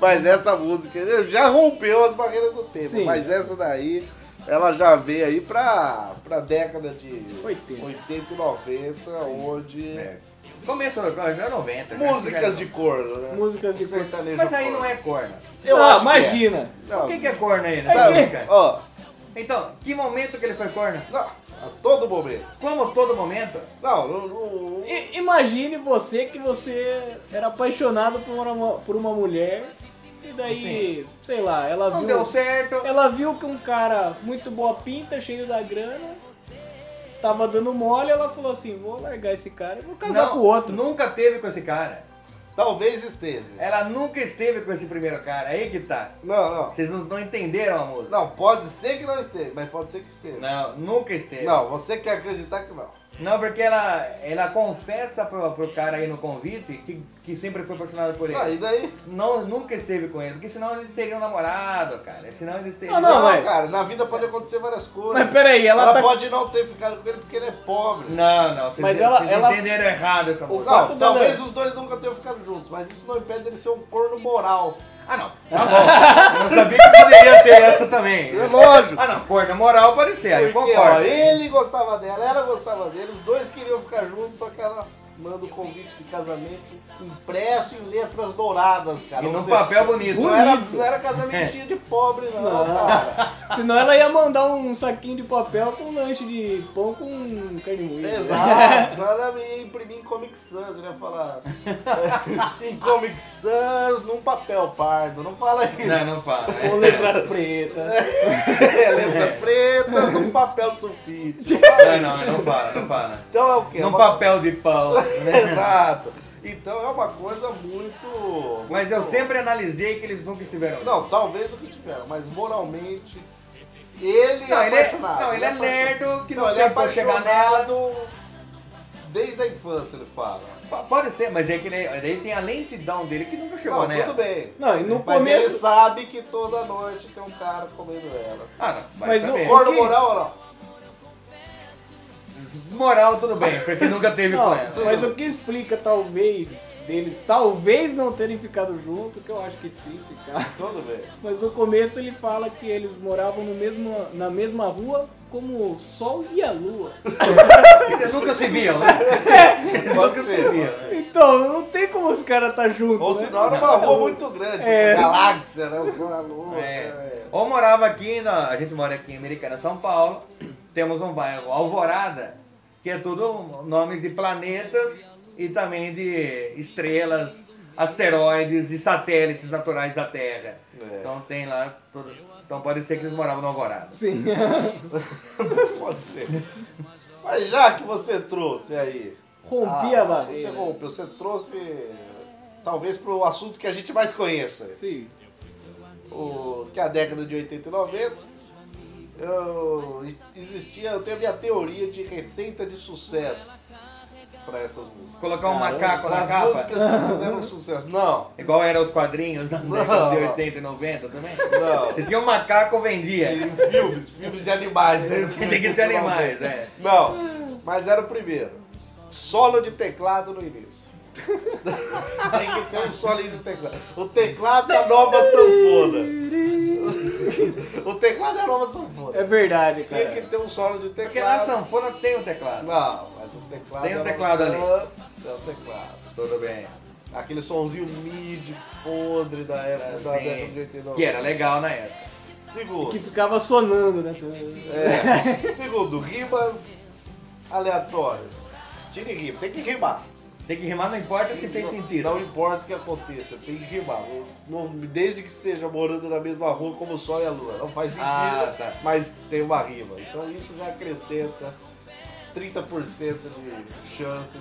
E: Mas essa música né, já rompeu as barreiras do tempo.
D: Sim.
E: Mas essa daí, ela já veio aí pra, pra década de
D: 80.
E: 80 e 90, onde.
C: Começou, já 90. é já-
E: Músicas de corno, né?
D: Músicas de corno.
E: Sertanejo
C: Mas aí
E: corno.
C: não é corno.
E: Eu
D: não,
E: acho que é.
D: Ah, imagina.
E: Não,
C: O que, que é corno aí nessa
E: sabe?
C: música?
E: Ó,
C: Então, que momento que ele foi corno?
E: não, a todo momento.
C: Como todo momento?
E: Não, não, não-
D: I- imagine você que você era apaixonado por uma, por uma mulher e daí, sei lá, ela
C: Não
D: viu. um
C: deu certo.
D: Ela viu que um cara muito boa pinta, cheio da grana, tava dando mole, ela falou assim, vou largar esse cara e vou casar
C: Não,
D: com outro.
C: Nunca teve com esse cara.
E: talvez esteve.
C: Ela nunca esteve com esse primeiro cara. Aí que tá.
E: Não, não.
C: Vocês não, não entenderam a música.
E: Não, pode ser que não esteve, mas pode ser que esteve.
C: Não, nunca esteve.
E: Não, você quer acreditar que não.
C: Não, porque ela, ela confessa pro, pro cara aí no convite que, que sempre foi apaixonada por ele.
E: Ah, e daí?
C: Não, nunca esteve com ele, porque senão eles teriam namorado, cara. Senão eles teriam.
D: Não,
E: Não,
D: mas-
E: cara, na vida pode acontecer várias coisas.
D: Mas peraí, ela tá-
E: pode não ter ficado com ele porque ele é pobre.
C: Não, não, vocês,
D: Mas ela-
C: vocês
D: ela-
C: entenderam errado essa música.
D: fato
E: Não,
D: dela-
E: talvez os dois nunca tenham ficado juntos, mas isso não impede ele ser um corno moral.
C: Ah, não. Tá bom. Eu não sabia que poderia ter essa também.
E: É lógico.
C: Ah, não. Corna moral pode ser, aí eu
E: Porque, ó,
C: concordo.
E: ele gostava dela, ela gostava dele, os dois queriam ficar juntos, só que ela manda o convite de casamento impresso em letras douradas, cara.
C: E
E: Ou
C: num
E: seja,
C: papel bonito. É.
E: Não era,
D: bonito.
E: não era casamentinho de pobre, não, cara.
D: Senão ela ia mandar um saquinho de papel com um lanche de pão com carne moída.
E: Exato, senão ela ia imprimir em Comic Sans, ele ia falar. em Comic Sans, num papel pardo, não fala isso.
C: Não, não fala.
D: Com letras pretas.
E: É, letras pretas, num papel sulfite. Não fala
C: Não,
E: isso.
C: não, não fala, não fala.
E: Então é o quê?
C: Num
E: Uma-
C: papel de pau.
E: Exato. Então é uma coisa muito.
C: Mas eu sempre analisei que eles nunca estiveram. juntos.
E: Não, talvez nunca tiveram, mas moralmente. Ele
C: Não,
E: é
C: ele é-
E: apaixonado.
C: não, ele é
E: apaixonado.
C: lerdo que não
E: ele é
C: tem como chegar
E: apaixonado desde a infância, ele fala.
C: P- Pode ser, mas é que ele, ele tem a lentidão dele que nunca chegou né?
E: Não,
C: nela.
E: tudo bem.
D: Não, e no
E: mas
D: começo-
E: ele sabe que toda noite tem um cara comendo ela.
C: Ah, não. Vai
D: Mas o-
C: saber.
E: Corno
D: que-
E: moral ou não?
C: Moral, tudo bem, porque nunca teve
D: Não,
C: com ela.
D: mas o que explica, talvez, deles talvez não terem ficado junto, que eu acho que sim, ficar.
E: Tudo bem.
D: Mas no começo ele fala que eles moravam no mesmo, na mesma rua como o sol e a lua.
C: Eles nunca se viam, né?
D: É.
C: Eles nunca
E: Pode
C: se
E: ser.
C: viam.
D: Então, não tem como os caras tá junto,
E: Ou
D: né?
E: senão era uma rua muito grande,
D: É.
E: tipo galáxia, né? O sol na lua. né?
C: É. Ou morava aqui, na, a gente mora aqui em Americana, São Paulo, temos um bairro Alvorada, que é tudo nomes de planetas e também de estrelas, asteroides e satélites naturais da Terra.
E: É.
C: Então tem lá tudo. Então pode ser que eles moravam no Alvorada.
D: Sim.
E: Pode ser. Mas já que você trouxe aí.
D: Rompi
E: Ah,
D: a barreira.
E: Você rompeu, você trouxe talvez pro assunto que a gente mais conheça.
D: Sim.
E: O, que é a década de 80 e 90. Eu existia, eu tenho a minha teoria de receita de sucesso para essas músicas.
C: Colocar um macaco na
E: As
C: capa,
E: músicas que fizeram sucesso. Não,
C: igual eram os quadrinhos na década de
E: Não.
C: 80 e 90 também.
E: não.
C: Você tinha um macaco, vendia.
E: Em filmes, filmes de animais, né?
C: Tem que ter animais, é.
E: Não, mas era o primeiro. Solo de teclado no início. Tem que ter um solo de teclado. O teclado é a nova sanfona. O teclado é a nova
D: É
E: sanfona.
D: verdade,
E: Tem que
D: cara.
E: ter um solo de
C: Porque na
E: teclado.
C: sanfona tem o teclado.
E: Não, mas o teclado.
C: Tem um
E: é a nova-
C: teclado ali.
E: É o teclado.
C: Tudo bem.
E: Aquele sonzinho mid podre da época É, da década de 89.
C: Que era né? legal na época.
E: Segundo.
D: Que ficava sonando, né?
E: É. Segundo, rimas aleatórias. Tire rima, tem que rimar.
C: Tem que rimar, não importa se fez sentido.
E: Não importa o que aconteça, tem que rimar. Não- não- desde que seja morando na mesma rua como o sol e a lua. Não faz sentido,
C: Ah, tá.
E: mas tem uma rima. Então isso já acrescenta 30% de chance.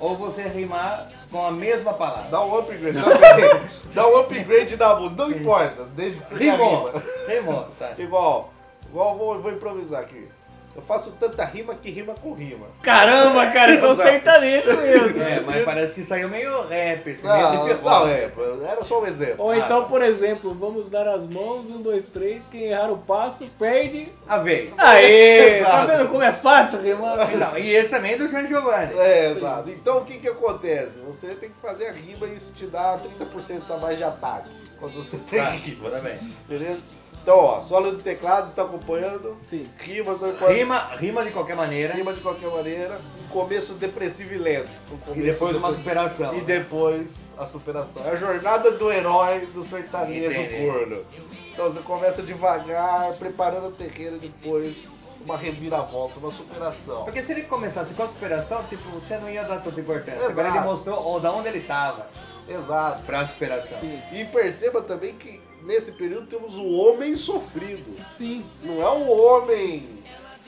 C: Ou você rimar com a mesma palavra.
E: Dá um upgrade também. Dá um upgrade na música. Não importa, desde que seja
C: Rimou.
E: rima.
C: Rimou, tá.
E: Igual, igual eu vou, eu vou improvisar aqui. Eu faço tanta rima que rima com rima.
D: Caramba, cara, isso é um sertanejo mesmo.
C: É, mas parece que saiu meio rap, esse meio
E: Não,
C: hip hop.
E: não, é, era só um exemplo.
D: Ou então, por exemplo, vamos dar as mãos, um, dois, três, quem errar o passo, perde.
C: A vez.
D: Aê! Tá
E: Exato.
D: vendo como é fácil rimar?
C: Então, e esse também é do Jean Giovanni.
E: É, exato. Então o que que acontece? Você tem que fazer a rima e isso te dá 30% a mais de ataque. Quando você tem
C: Tá,
E: rima.
C: tudo bem.
E: Beleza? Então, ó, solo de teclado, está acompanhando.
D: Sim.
E: Rimas não importa.
C: Rima, rima de qualquer maneira.
E: Rima de qualquer maneira. Um começo depressivo e lento. Um
C: E
E: começo
C: depois uma
E: depressivo-
C: superação. né?
E: E depois a superação. É a jornada do herói do sertanejo
C: Entendi.
E: corno. Então você começa devagar, preparando o terreno, depois uma reviravolta, uma superação.
C: Porque se ele começasse com a superação, tipo, você não ia dar tanta importância. Agora ele
E: Exato.
C: mostrou ó, da onde ele tava
E: Exato.
C: pra superação.
D: Sim.
E: E perceba também que nesse período temos o homem sofrido.
D: Sim.
E: Não é um homem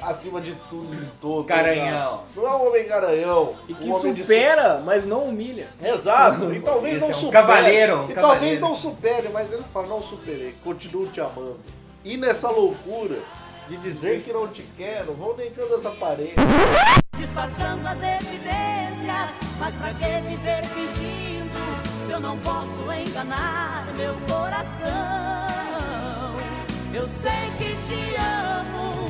E: acima de tudo e de todo.
C: Caranhão.
E: Não é um homem garanhão.
D: E que
E: um homem de
D: supera, mas não humilha.
E: su- Exato. E talvez
C: Esse
E: não
C: é um
E: supere.
C: cavaleiro, um
E: e
C: cavaleiro.
E: talvez não supere, mas ele fala, não superei, continuo te amando. E nessa loucura de dizer que não te quero, vou deitando essa parede.
K: disfarçando as evidências. Mas pra que viver fingindo se eu não posso enganar meu coração? Eu sei que te amo,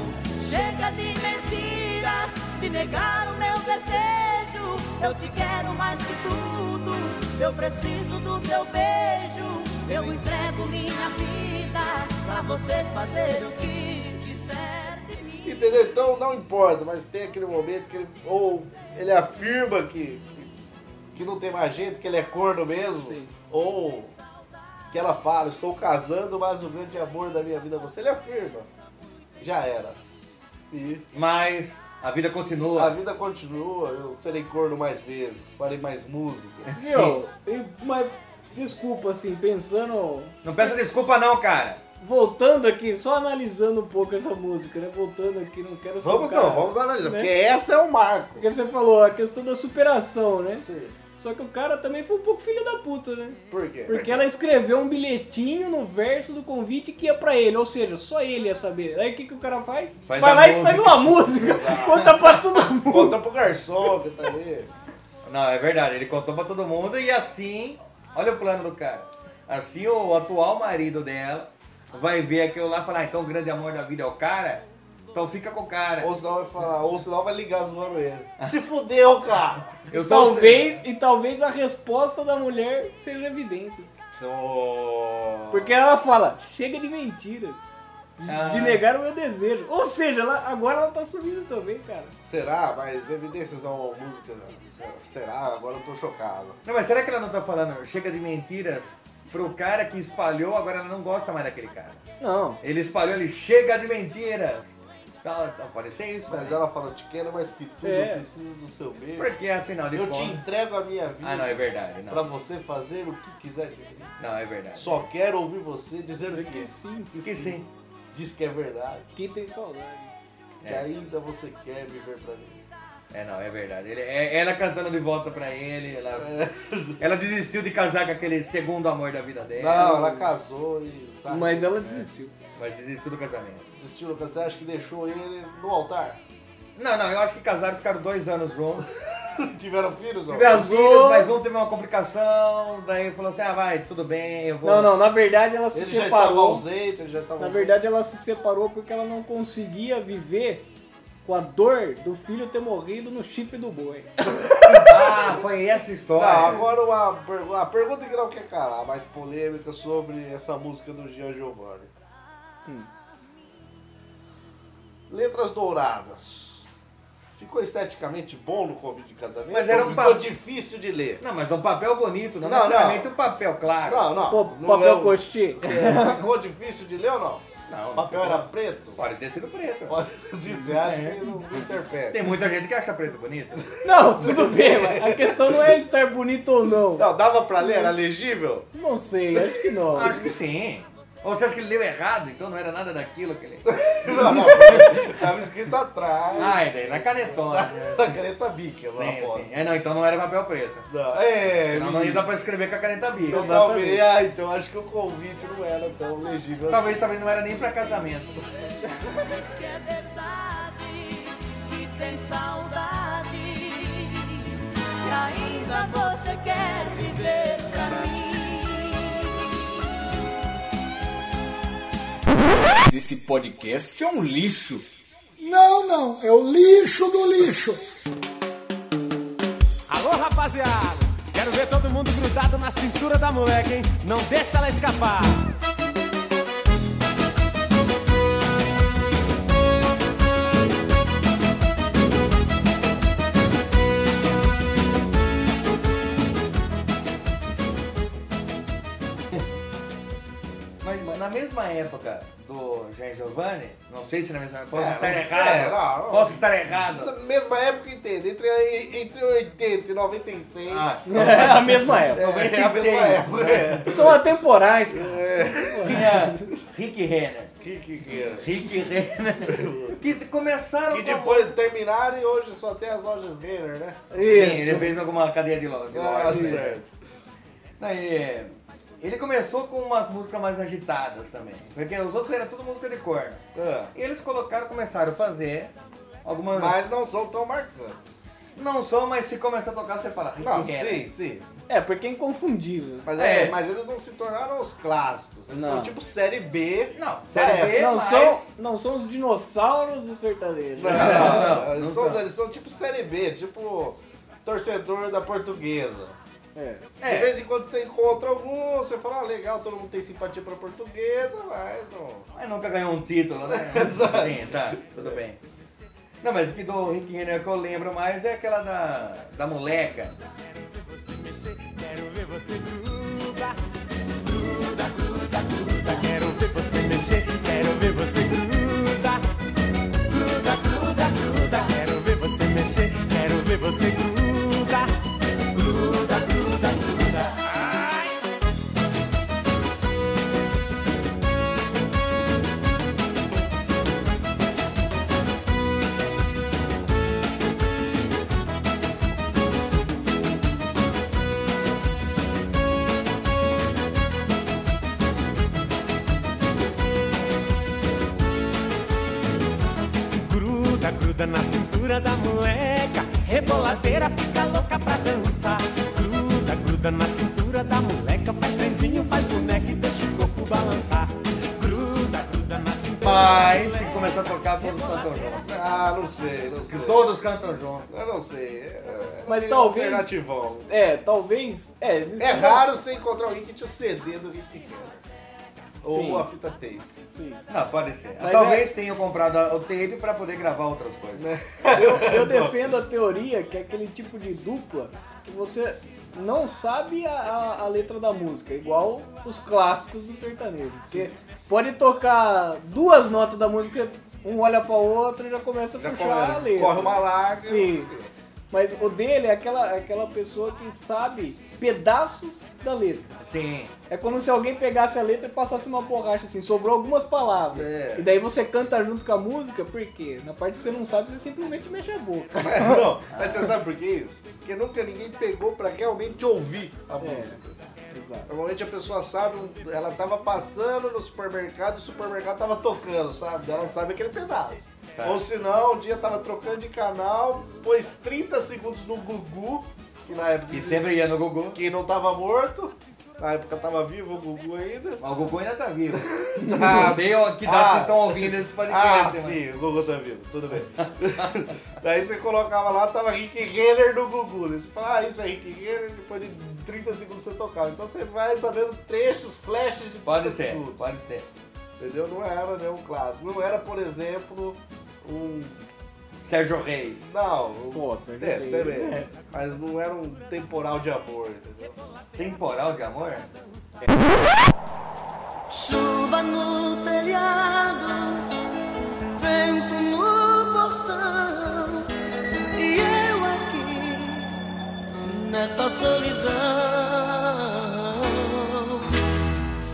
K: chega de mentiras, de negar o meu desejo. Eu te quero mais que tudo, eu preciso do teu beijo. Eu entrego minha vida pra você fazer o que quiser de mim.
E: Entendeu? Então não importa, mas tem aquele momento que ele. Ou ele afirma que, que não tem mais jeito, que ele é corno mesmo. Ou que ela fala, estou casando, mas o grande amor da minha vida é você. Ele afirma. Já era. E
C: Mas a vida continua.
E: a vida continua, eu serei corno mais vezes, farei mais música.
D: Meu, e- mas desculpa assim, pensando.
C: Não peça desculpa não, cara.
D: Voltando aqui, só analisando um pouco essa música, né? Voltando aqui, não quero só.
E: Vamos não, vamos analisar,
D: né?
E: porque essa é o marco.
D: Porque você falou a questão da superação, né? Só que o cara também foi um pouco filho da puta, né?
E: Por quê?
D: Porque ela escreveu um bilhetinho no verso do convite que ia pra ele, ou seja, só ele ia saber. Aí o que, que o cara faz?
C: Faz
D: Vai
C: a
D: lá e faz
C: música.
D: uma música, conta pra todo mundo.
E: Conta pro garçom que tá ali.
C: Não, é verdade, ele contou pra todo mundo e assim, olha o plano do cara. Assim o atual marido dela vai ver aquilo lá e falar, ah, então o grande amor da vida é o cara, então fica com o cara.
E: Ou senão vai falar, ou senão vai ligar as mãos ele. Se fudeu, cara!
C: Eu sou
D: Talvez, e talvez a resposta da mulher seja evidências.
E: Só-
D: Porque ela fala, chega de mentiras. De,
C: Ah.
D: de negar o meu desejo. Ou seja, ela- agora ela tá sumindo também, cara.
E: Será? Mas evidências não música. Será? Agora eu tô chocado.
C: Não, mas será que ela não tá falando, chega de mentiras pro cara que espalhou, agora ela não gosta mais daquele cara.
D: Não.
C: Ele espalhou, ele chega de mentiras. Tá, tá, pode ser isso,
E: Mas
C: né?
E: ela fala, te quero mais que tudo,
D: É.
E: eu preciso do seu beijo.
C: Porque afinal de
E: Eu te
C: contas...
E: entrego a minha vida
C: Ah, não, é verdade,
E: pra
C: não.
E: você fazer o que quiser. de mim.
C: Não, é verdade.
E: Só quero ouvir você dizer
D: Dizer
E: o
D: que
E: que
D: sim, que,
C: Que
D: sim.
C: sim.
E: diz que é verdade,
D: Que tem saudade.
E: que ainda você quer viver pra mim.
C: É, não, é verdade. Ele- é- ela cantando de volta pra ele, ela, ela desistiu de casar com aquele segundo amor da vida
E: Não,
C: dela,
E: ela casou e tá,
D: É, Mas ela desistiu.
C: mas desistiu do casamento.
E: desistiu, você acha "Ah, que deixou ele no altar?
C: Não, não, eu acho que casaram, ficaram dois anos juntos.
E: Tiveram filhos? ó?
C: Tiveram
D: Casou.
C: filhos, mas um teve uma complicação, daí falou assim, ah, vai, tudo bem, eu vou...
D: Não, não, na verdade ela se
E: É. Ele já estava
D: separou.
E: ausente, ele já estava
D: Na
E: ausente.
D: verdade ela se separou porque ela não conseguia viver com a dor do filho ter morrido no chifre do boi.
C: Ah, foi essa história.
E: Tá, agora uma pergunta, a pergunta que não quer calar, mais polêmica sobre essa música do Gian Giovanni.
C: Hum.
E: Letras douradas. Ficou esteticamente bom no convite de casamento?
C: Mas era
E: ou
C: um
E: ficou
C: pa-
E: difícil de ler.
C: Não, mas um papel bonito, não,
E: Não,
C: necessariamente
E: não.
C: um papel claro.
E: Não, não.
D: Pô,
E: não
D: papel
E: é um-
D: coxi.
E: Ficou difícil de ler ou não?
C: Não, não
E: O papel
C: ficou.
E: era preto?
C: Pode ter sido preto.
E: Pode ter sido, você acha
C: É.
E: que não interfere.
C: Tem muita gente que acha preto bonito.
D: Não, tudo bem, mas a questão não é estar bonito ou não.
E: Não, dava pra ler? Era legível?
D: Não sei, acho que não.
C: Acho que sim. Ou você acha que ele leu errado, então não era nada daquilo que ele...
E: Não, não. Tava escrito atrás.
C: Ah, é daí na canetona.
E: Da caneta bique, eu
C: Sim,
E: aposto.
C: sim. É, não, então não era papel preto.
E: Não, é,
C: Não, não
E: menino.
C: ia dar pra escrever com a caneta bica.
E: Então, talvez, ah, então acho que o convite não era tão legível.
C: Talvez, talvez não era nem pra casamento.
K: Diz que é verdade, que tem saudade. E ainda você quer viver pra mim.
L: Esse podcast é um lixo.
B: Não, não, é o lixo do lixo.
L: Alô, rapaziada! Quero ver todo mundo grudado na cintura da moleca, hein? Não deixa ela escapar!
C: Mas mas na mesma época do Jean Giovanni, não sei se na mesma época, posso
E: É,
C: estar
E: não-
C: errado.
E: é, não, assim, não.
C: Posso estar errado.
E: Na mesma época inteira, entre, entre 80 e 96.
C: Ah,
D: É a mesma
E: é,
D: época.
E: é a mesma
C: 96,
E: época. É.
D: São atemporais, cara.
C: tinha Rick Renner.
E: Que, que, que, era?
C: Rick Renner. Que começaram
E: que
C: como-
E: depois terminaram e hoje só tem as lojas Renner, né?
C: Sim, ele
D: Isso.
C: fez alguma cadeia de loja. de
E: Ah,
C: loja, né?
E: certo.
C: Não, e- ele começou com umas músicas mais agitadas também. Porque os outros eram tudo música de corno.
E: Ah,
C: E eles colocaram, começaram a fazer Algumas...
E: Mas não são tão marcantes.
C: Não são, mas se começar a tocar, você fala.
E: Não,
C: "Quem é,
E: sim,
C: né?"
E: sim.
D: É, porque é inconfundível.
E: Mas, é,
C: É.
E: mas eles não se tornaram os clássicos. Eles
D: Não.
E: são tipo série B.
C: Não,
E: da
C: série B,
E: época.
D: Não,
C: mas...
D: são, não são os dinossauros do sertanejo.
E: Não,
C: não, não
E: eles, são,
C: são.
E: eles são tipo série B, tipo torcedor da portuguesa.
D: É.
C: É.
E: De vez em quando você encontra algum, você fala, ah, legal, todo mundo tem simpatia pra portuguesa, mas não.
C: Mas nunca ganhou um título, né?
E: Exato.
C: Sim, tá, tudo bem. Não, mas o que do Rick Renner que eu lembro mais é aquela da, da moleca.
L: Quero ver você gruda, gruda, gruda, gruda. Quero ver você mexer, quero ver você gruda, gruda, gruda, gruda. Quero ver você mexer, quero ver você gruda, gruda, gruda, gruda. Ai. Gruda, gruda na cintura da moleca. Reboladeira fica louca pra dançar. Gruda, gruda na cintura da moleca. Faz trenzinho, faz boneca e deixa o corpo balançar. Gruda, gruda na cintura.
C: Mas se começar a tocar, todos cantam juntos.
E: Ah, não sei, não sei.
C: Todos cantam juntos.
E: Eu não sei. é-
D: Mas
E: é
D: talvez-
E: alternativão.
D: É, talvez. É, existe
E: É
D: um-
E: raro você encontrar alguém que tinha o CD do Rick Renner. Ou
D: Sim.
E: a fita tape.
D: Sim.
C: Não, pode ser.
D: Mas
E: é-
C: Talvez tenham comprado a- o tape pra poder gravar outras
E: Né?
C: coisas.
D: Eu defendo a teoria que é aquele tipo de dupla que você não sabe a, a- a letra da música, igual os clássicos do sertanejo. Você pode tocar duas notas da música, um olha pra outro e já começa a
E: Já
D: puxar
E: come-
D: a letra.
E: corre uma lágrima.
D: Sim. Mas o dele é aquela, aquela pessoa que sabe pedaços da letra.
C: Sim.
D: É como se alguém pegasse a letra e passasse uma borracha assim, sobrou algumas palavras.
E: Certo.
D: E daí você canta junto com a música, por quê? Na parte que você não sabe, você simplesmente mexe a boca.
E: Não, mas você sabe por que é isso? Porque nunca ninguém pegou pra realmente ouvir a
C: É,
E: música.
D: Exato.
E: Normalmente a pessoa sabe, um- ela tava passando no supermercado, o supermercado tava tocando, sabe? Ela sabe aquele pedaço.
C: Tá.
E: Ou se não, um dia tava trocando de canal, pôs 30 segundos no Gugu, que na época
C: E
E: existia-
C: sempre ia no Gugu.
E: que não tava morto, na época tava vivo o Gugu ainda.
C: Mas o Gugu ainda tá vivo.
E: Ah,
C: não sei o- que data
E: ah.
C: vocês estão ouvindo esse
E: Ah,
C: podcast. né? mas-
E: sim, o Gugu tá vivo, tudo bem. Daí você colocava lá, tava Rick Renner no Gugu. Né? Você fala, ah, isso é Rick Renner, depois de 30 segundos você tocava. Então você vai sabendo trechos, flashes de 30
C: Pode ser,
E: segundos.
C: pode ser.
E: Entendeu? Não era né, um clássico. Não era, por exemplo, um.
C: Sérgio Reis.
E: Não, um.
D: Pô, Sérgio
E: é,
D: Reis.
E: também. Mas não era um temporal de amor, entendeu?
C: Temporal de amor?
I: Chuva no telhado, vento no portão e eu aqui nesta solidão.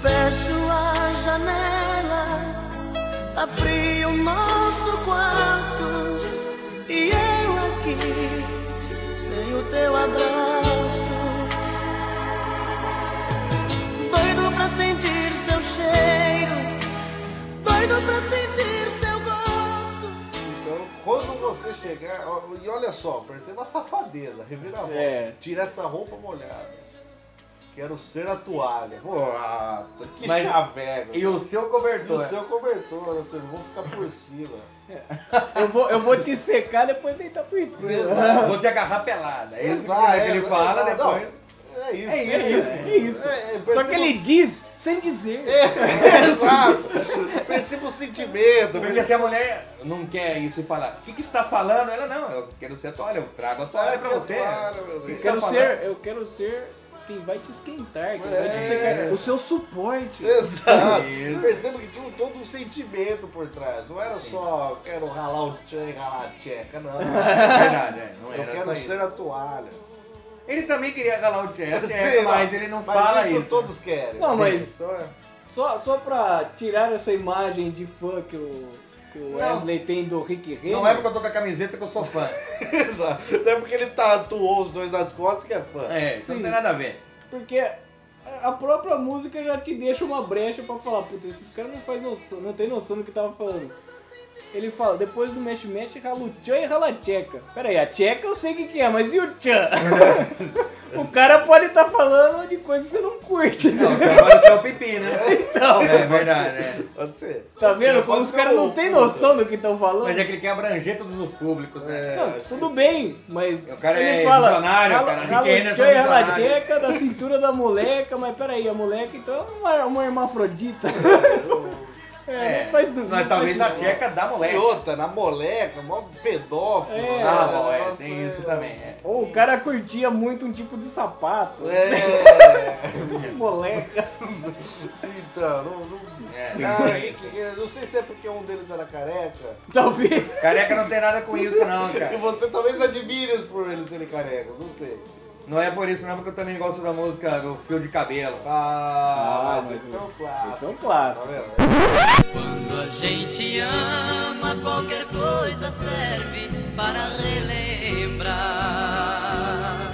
I: Fecho a janela, tá frio o nosso quarto e eu aqui sem o teu abraço doido pra sentir seu cheiro, doido pra sentir seu gosto.
E: Então, quando você chegar. ó, E olha só, perceba a safadeza, reviravolta.
D: É.
E: Tira essa roupa molhada. Quero ser a toalha. Pô, ah, que
C: Mas-
E: chaveco.
C: E o seu
E: E o
C: cobertor?
E: seu cobertor, ou seja, eu vou ficar por cima.
D: Eu vou, eu vou te secar depois deitar por cima.
C: Vou te agarrar pelada. É isso
E: Exato,
C: que ele fala
E: exato. Não,
C: depois.
E: é isso.
D: É isso, é isso.
E: É, é,
D: Só
E: perceba-
D: que ele diz sem dizer.
E: Exato. Perceba o sentimento.
C: Porque se a mulher não quer isso e falar, o que, que você tá falando? Ela, não, eu quero ser a toalha, eu trago a toalha
E: Ah,
C: pra
E: que
C: você.
E: toalha, meu
C: O que
E: Deus.
D: Eu
C: que
D: quero
C: você tá
D: ser, eu quero ser quem vai te esquentar, quem vai te secar. O seu suporte.
E: É. Exato.
C: Isso.
E: Perceba que tinha um- todo um sentimento por trás. Não era só quero ralar o tchan e ralar a tcheca, não.
C: falando?" Verdade, é, não
E: Eu
C: era só
E: quero
C: isso.
E: ser a toalha.
C: Ele também queria ralar o Jeff,
E: Sei lá,
C: mas ele não fala isso.
E: todos querem.
D: Não, mas-
E: Então é-
D: Só, só pra tirar essa imagem de fã que o, que o Wesley tem do Rick Renner.
C: Não é porque eu tô com a camiseta que eu sou fã.
E: Exato. Não é porque ele tatuou os dois nas costas que é fã.
C: É, isso não
D: Sim.
C: tem nada a ver.
D: Porque a própria música já te deixa uma brecha pra falar, puta, esses caras não faz noção, não tem noção do que tava falando. Ele fala, depois do mexe mexe, rala o tchan e rala a tcheca. Pera aí, a tcheca eu sei o que, que é, mas e o tchan? o cara pode estar falando de coisa que você não curte. né? Não,
C: agora você é o pipi, né?
D: Então,
C: É verdade, é.
E: Pode ser.
D: Tá vendo como os caras não têm noção do que estão falando?
C: Mas é que ele quer abranger todos os públicos,
E: É.
C: né?
D: Não, tudo bem, mas
C: O cara
D: ele
C: é
D: fala,
C: visionário,
D: rala-
C: cara.
D: rala
C: Rick
D: o
C: Anderson
D: tchan
C: é
D: e rala a
C: visionário.
D: tcheca da cintura da moleca, mas peraí, a moleca então é uma, uma hermafrodita. é, não faz dúvida.
C: Mas talvez a tcheca da
E: E
C: moleque.
E: outra, na moleca, mó pedófilo.
D: É.
E: né?
C: Ah, bom, é,
E: Nossa,
C: tem isso também. É.
D: Ou o cara curtia muito um tipo de sapato.
E: É.
D: moleca.
E: Então, não. não...
C: É.
E: Ah, e que- eu não sei se é porque um deles era careca.
D: Talvez.
C: Careca não tem nada com isso, não,
E: E
C: cara.
E: você talvez admire os por eles serem carecas, não sei.
C: Não é por isso, não, porque eu também gosto da música do Fio de Cabelo.
E: Ah, mas, esse é um
D: Esse é
E: clássico.
D: um clássico.
E: Tá vendo?
K: Quando a gente ama, qualquer coisa serve para relembrar.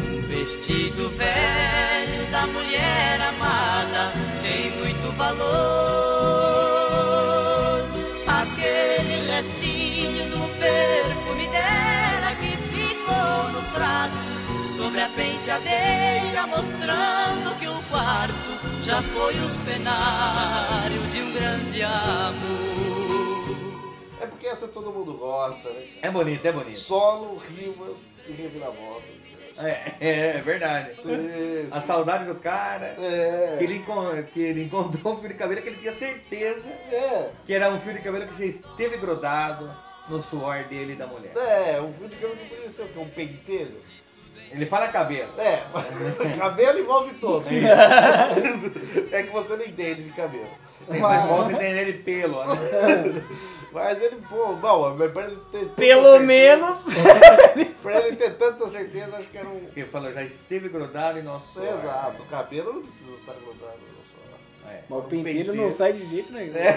K: Um vestido velho da mulher amada tem muito valor. Aquele restinho do perfume dela que ficou no frasco sobre a penteadeira, mostrando que o quarto já foi o cenário de um grande amor.
E: É porque essa todo mundo gosta, né? cara?
C: É bonito, é bonito.
E: Solo, rimas e reviravoltas. cara.
C: É, é verdade.
E: Sim,
C: A
E: sim.
C: saudade do cara.
E: É.
C: Que ele, encon- que ele encontrou um fio de cabelo que ele tinha certeza
E: É.
C: que era um fio de cabelo que já esteve grudado no suor dele e da mulher.
E: É, um fio de cabelo que podia ser o quê? Um pentelho?
C: Ele fala cabelo.
E: É, cabelo envolve todo. É que você não entende de cabelo.
D: É.
C: Sim, Mas
E: Mas,
C: volta a entender ele pelo, né?
E: mas ele, pô, bom, mas pra ele ter. tanta
D: Pelo
E: certeza-
D: menos.
C: É.
E: Pra ele ter tanta certeza, acho que era um.
C: Porque ele falou, já esteve grudado em nosso suor.
E: Exato, o cabelo não precisa estar grudado no suor.
C: É.
D: Mas o pentelho não
E: pentelho.
D: sai de jeito nenhum.
E: É,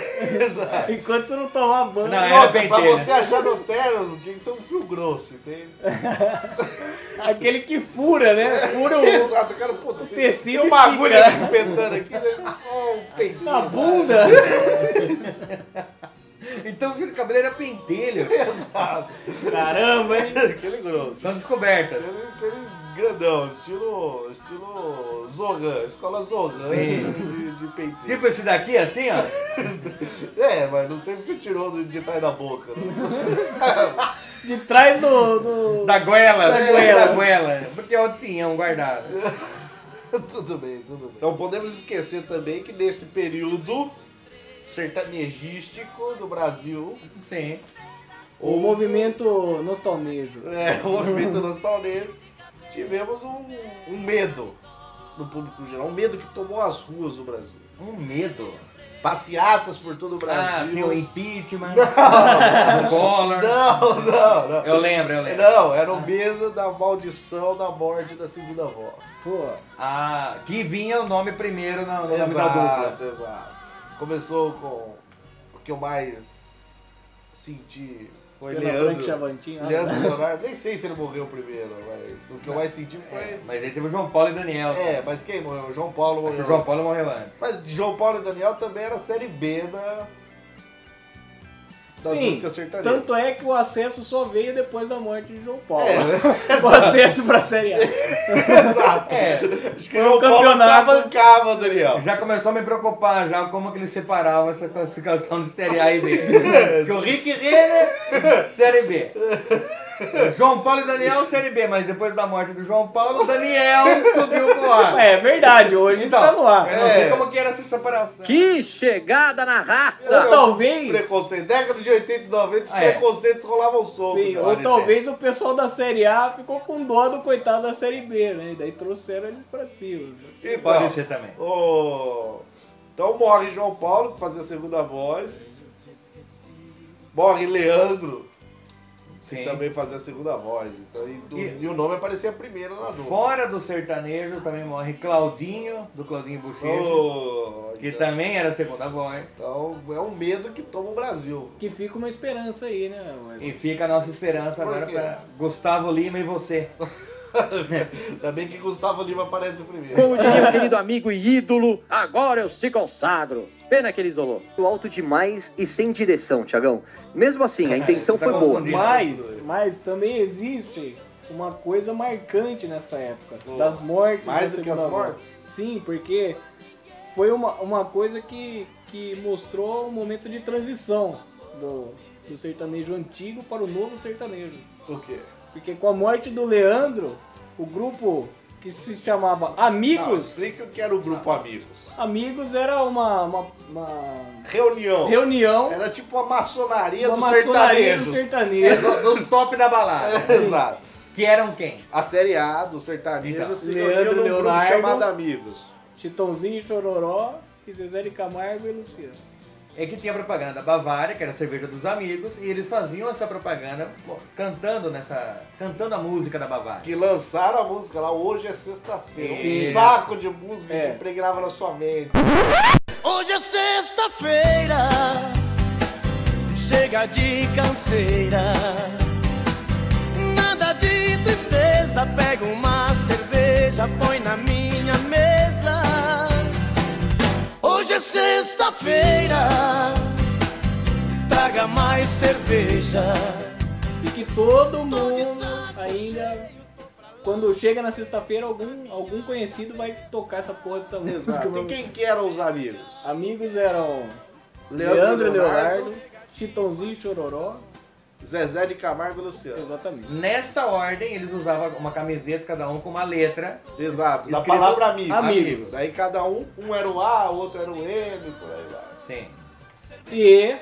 E: exato.
D: Enquanto você não tomar banho.
C: Não,
E: E
C: era
E: outra, pra
C: pentelho.
E: você achar no terno, tinha que ser um fio grosso, entende?
C: é.
D: Aquele que fura, né? Fura o,
E: Exato, cara, pô, tem-
D: tecido
E: tem uma
D: fica.
E: agulha aqui espetando aqui, né? Ó, um peitinho.
D: na bunda.
C: Então o fio de cabelo era pentelho.
E: Exato.
D: Caramba, hein?
E: Aquele grosso.
C: São descobertas.
E: Aquele, aquele grandão, estilo, estilo Zogan, escola Zogan
C: Sim.
E: de, de peitinho.
C: Tipo esse daqui, assim, ó.
E: É, mas não sei se você tirou do- de trás da boca. Né?
D: De trás do. do...
C: Da goela.
E: É.
D: Da goela.
C: Da goela. Porque eu tinha um guardado.
E: tudo bem, tudo bem. Não podemos esquecer também que nesse período sertanejístico do Brasil,
C: Sim.
D: O movimento nostalmejo.
E: é, o movimento nostalgico, tivemos um, um medo no público geral, um medo que tomou as ruas do Brasil.
C: Um medo.
E: Passeatas por todo o
C: Ah, sim, o
E: Brasil.
C: impeachment. O Collor.
E: não, não, não.
C: Eu lembro, eu lembro.
E: Não, era o medo da maldição da morte da segunda avó.
D: Pô,
C: Ah, que vinha o nome primeiro no, no nome da dupla.
E: Exato, exato. Começou com o que eu mais senti foi
D: Pela Branca
E: Leandro.
D: e Chavantinho, ah.
E: Leandro Leonardo, nem sei se ele morreu primeiro, mas o que eu mais senti
C: É,
E: foi.
C: mas aí teve o João Paulo e Daniel.
E: É, mas quem morreu? João Paulo
C: Acho que
E: morreu.
C: o João Paulo morreu antes.
E: Mas João Paulo e Daniel também era série B da. Das
D: Sim,
E: músicas sertanejas.
D: tanto é que o acesso só veio depois da morte de João Paulo. né?
E: É,
D: O acesso pra Série A.
E: exato.
C: É.
E: Acho que o João Paulo
D: um campeonato.
E: bancava Daniel.
C: Já começou a me preocupar já como que eles separavam essa classificação de Série A e B. que o Rick Renner, Série B. O João Paulo e Daniel, Série B. Mas depois da morte do João Paulo, o Daniel subiu pro ar. Então,
D: É verdade, hoje está no ar.
C: Eu não sei
E: É.
C: como que era essa separação.
F: Que chegada na raça!
D: Ou talvez.
E: é um Preconceito. Década de 80 e 90, os
C: Ah, é.
E: preconceitos rolavam solto.
D: Sim,
E: cara.
D: ou talvez o pessoal da Série A ficou com dó do coitado da Série B, né? E daí trouxeram ele pra cima.
E: Então,
C: Pode ser também.
E: ô, Então morre João Paulo, que fazia a segunda voz. Morre Leandro, que
C: Sim.
E: também fazia a segunda voz. Então, e, do-
C: E-
E: e o nome aparecia primeiro na dupla.
C: Fora do sertanejo também morre Claudinho, do Claudinho Bochecha,
E: Ô,
C: que
E: então,
C: também era a segunda voz.
E: então, é um medo que toma o Brasil.
D: Que fica uma esperança aí, né? Wesley?
C: E fica a nossa esperança
E: Por
C: agora
E: quê?
C: para Gustavo Lima e você.
E: Ainda bem que Gustavo Lima aparece primeiro.
F: Como diria o querido amigo e ídolo, agora eu se consagro. Pena que ele isolou. Alto demais e sem direção, Tiagão. Mesmo assim, a intenção foi boa.
D: Mas, mas também existe uma coisa marcante nessa época. Das mortes.
E: Mais
D: da
E: do que
D: Segunda
E: as
D: Guerra.
E: mortes?
D: Sim, porque foi uma, uma coisa que, que mostrou um momento de transição do, do sertanejo antigo para o novo sertanejo.
E: Por quê?
D: Porque com a morte do Leandro, o grupo que se chamava
E: Não,
D: Amigos...
E: explica o que era o grupo Amigos.
D: Amigos era uma, uma, uma
E: Reunião.
D: reunião
E: Era tipo a maçonaria
D: Uma
E: do
D: maçonaria
E: sertanejo.
D: do sertanejo.
C: Do- dos top da balada.
E: Exato.
C: Que eram quem?
E: A série A do sertanejo
C: Então,
E: se
D: Leandro
E: reuniu num grupo
D: Leonardo.
E: chamado Amigos.
D: Chitãozinho, Chororó, e Zezé de Camargo e Luciano.
C: É que tinha a propaganda da Bavária, que era a cerveja dos amigos, e eles faziam essa propaganda pô, cantando nessa. cantando a música da Bavária.
E: Que lançaram a música lá, hoje é sexta-feira. Um
C: Sim.
E: saco de música
D: É.
E: que impregnava na sua mente.
L: Hoje é sexta-feira, chega de canseira. Nada de tristeza, pega uma cerveja, põe na minha mesa. Hoje é sexta-feira, traga mais cerveja.
D: E que todo mundo ainda. Quando chega na sexta-feira, algum, algum conhecido vai tocar essa porra dessa música.
E: Exato. E quem que eram os amigos?
D: Amigos eram
E: Leandro
D: Leandro, e
E: Leonardo.
D: Leonardo, Chitãozinho e Chororó.
E: Zezé de Camargo e Luciano.
D: Exatamente.
C: Nesta ordem, eles usavam uma camiseta, cada um com uma letra.
E: Exato. Da
C: Escrito
E: palavra amigos.
D: amigos.
E: Daí cada um, um era o A, o outro era o M, por aí vai.
C: Sim.
D: E,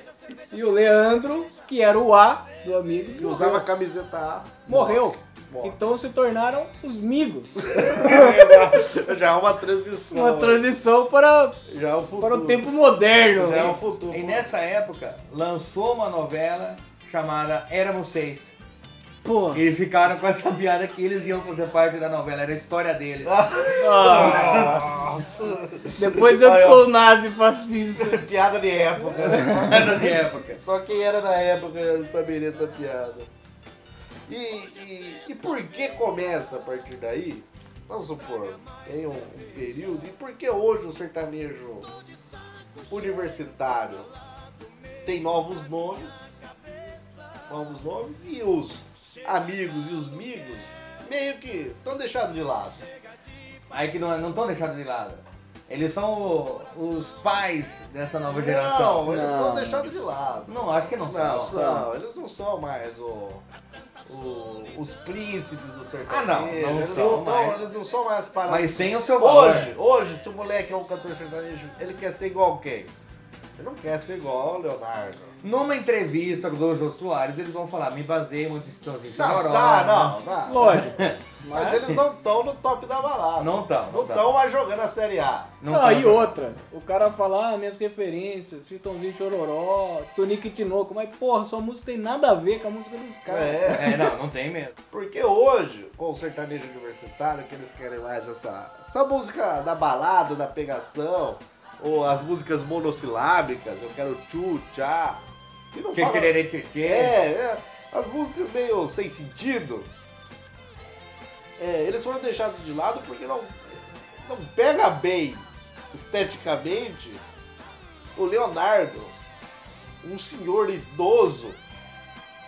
D: e o Leandro, que era o A do amigo,
E: Que
D: morreu.
E: usava camiseta A.
D: morreu.
E: Morre.
D: Então se tornaram os migos.
E: Exato. Já é uma transição.
D: Uma transição para,
E: Já é o futuro.
D: para o tempo moderno.
E: Já é o futuro.
C: E nessa época, lançou uma novela chamada Éramos Seis.
D: Pô.
C: E ficaram com essa piada que eles iam fazer parte da novela, era a história deles.
E: Ah,
D: Ah. Depois eu que
E: Aí, ó.
D: sou nazi fascista.
E: Piada de época. né?
C: Era de época.
E: Só quem era da época saberia essa piada. E, e, e por que começa a partir daí? Vamos supor, tem um, um período. E por que hoje o sertanejo universitário tem novos nomes? Novos nomes e os amigos e os migos meio que estão deixados de lado.
C: Aí que não estão deixados de lado. Eles são o- os pais dessa nova geração.
E: Não, eles
D: Não.
E: são deixados de lado.
C: Não, acho que não,
E: Não,
C: são.
E: são. Eles não são mais o, o- os príncipes do
C: Ah,
E: sertanejo.
C: não, não
E: eles
C: são
E: não,
C: mais.
E: Eles não são mais parados.
C: Mas tem o seu valor.
E: Hoje, hoje, se o moleque é um cantor sertanejo, ele quer ser igual quem? Ele não quer ser igual o Leonardo.
C: Numa entrevista do Jô Soares, eles vão falar, me baseei muito em Chitãozinho
E: Não,
C: Chororó,
E: tá,
C: né?
E: não, não.
D: Lógico.
E: Mas eles não estão no top da balada.
C: Não tão,
E: Não
C: não tão.
E: estão mais jogando a Série A.
C: Não
D: ah,
C: tem.
D: e outra. O cara fala, ah, minhas referências, Chitãozinho e Chororó, Tonico e Tinoco. Mas, porra, sua música tem nada a ver com a música dos caras.
E: É.
C: É, não, não tem mesmo.
E: Porque hoje, com o sertanejo universitário, que eles querem mais essa, essa música da balada, da pegação, ou as músicas monossilábicas, eu quero tchu, tchá. Que não fala-
C: Tchê, tchê, tchê, tchê.
E: É, é, as músicas meio sem sentido. É, eles foram deixados de lado porque não, não pega bem esteticamente o Leonardo, um senhor idoso,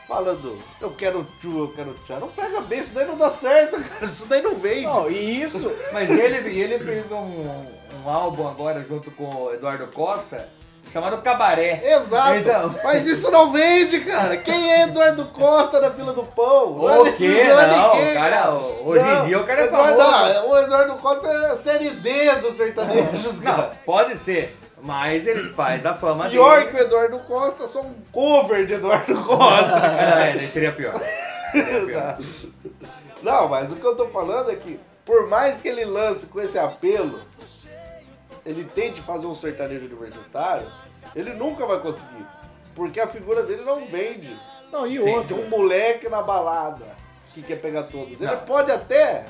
E: falando eu quero tchu, eu quero tchá. Não pega bem, isso daí não dá certo, cara. Isso daí não vem.
D: Não, e isso...
C: Mas ele, ele fez um, um álbum agora junto com o Eduardo Costa, chamado Cabaré.
E: Exato.
C: Então,
E: Mas isso não vende, cara. Quem é Eduardo Costa na fila do pão?
C: O quê?
E: é
C: Não, o cara- hoje em dia o cara é
E: Eduardo,
C: famoso.
E: não, o Eduardo Costa é a série D dos sertanejos,
C: não,
E: cara.
C: pode ser, mas ele faz a fama
E: Pior que
C: dele.
E: o Eduardo Costa, só um cover de Eduardo Costa.
C: Ah, é, daí seria pior.
E: Exato. Não, mas o que eu tô falando é que, por mais que ele lance com esse apelo, ele tente fazer um sertanejo universitário, ele nunca vai conseguir. Porque a figura dele não vende.
D: Não, e
E: Sim,
D: outra.
E: de um moleque na balada que quer pegar todos. Ele
C: Não.
E: pode até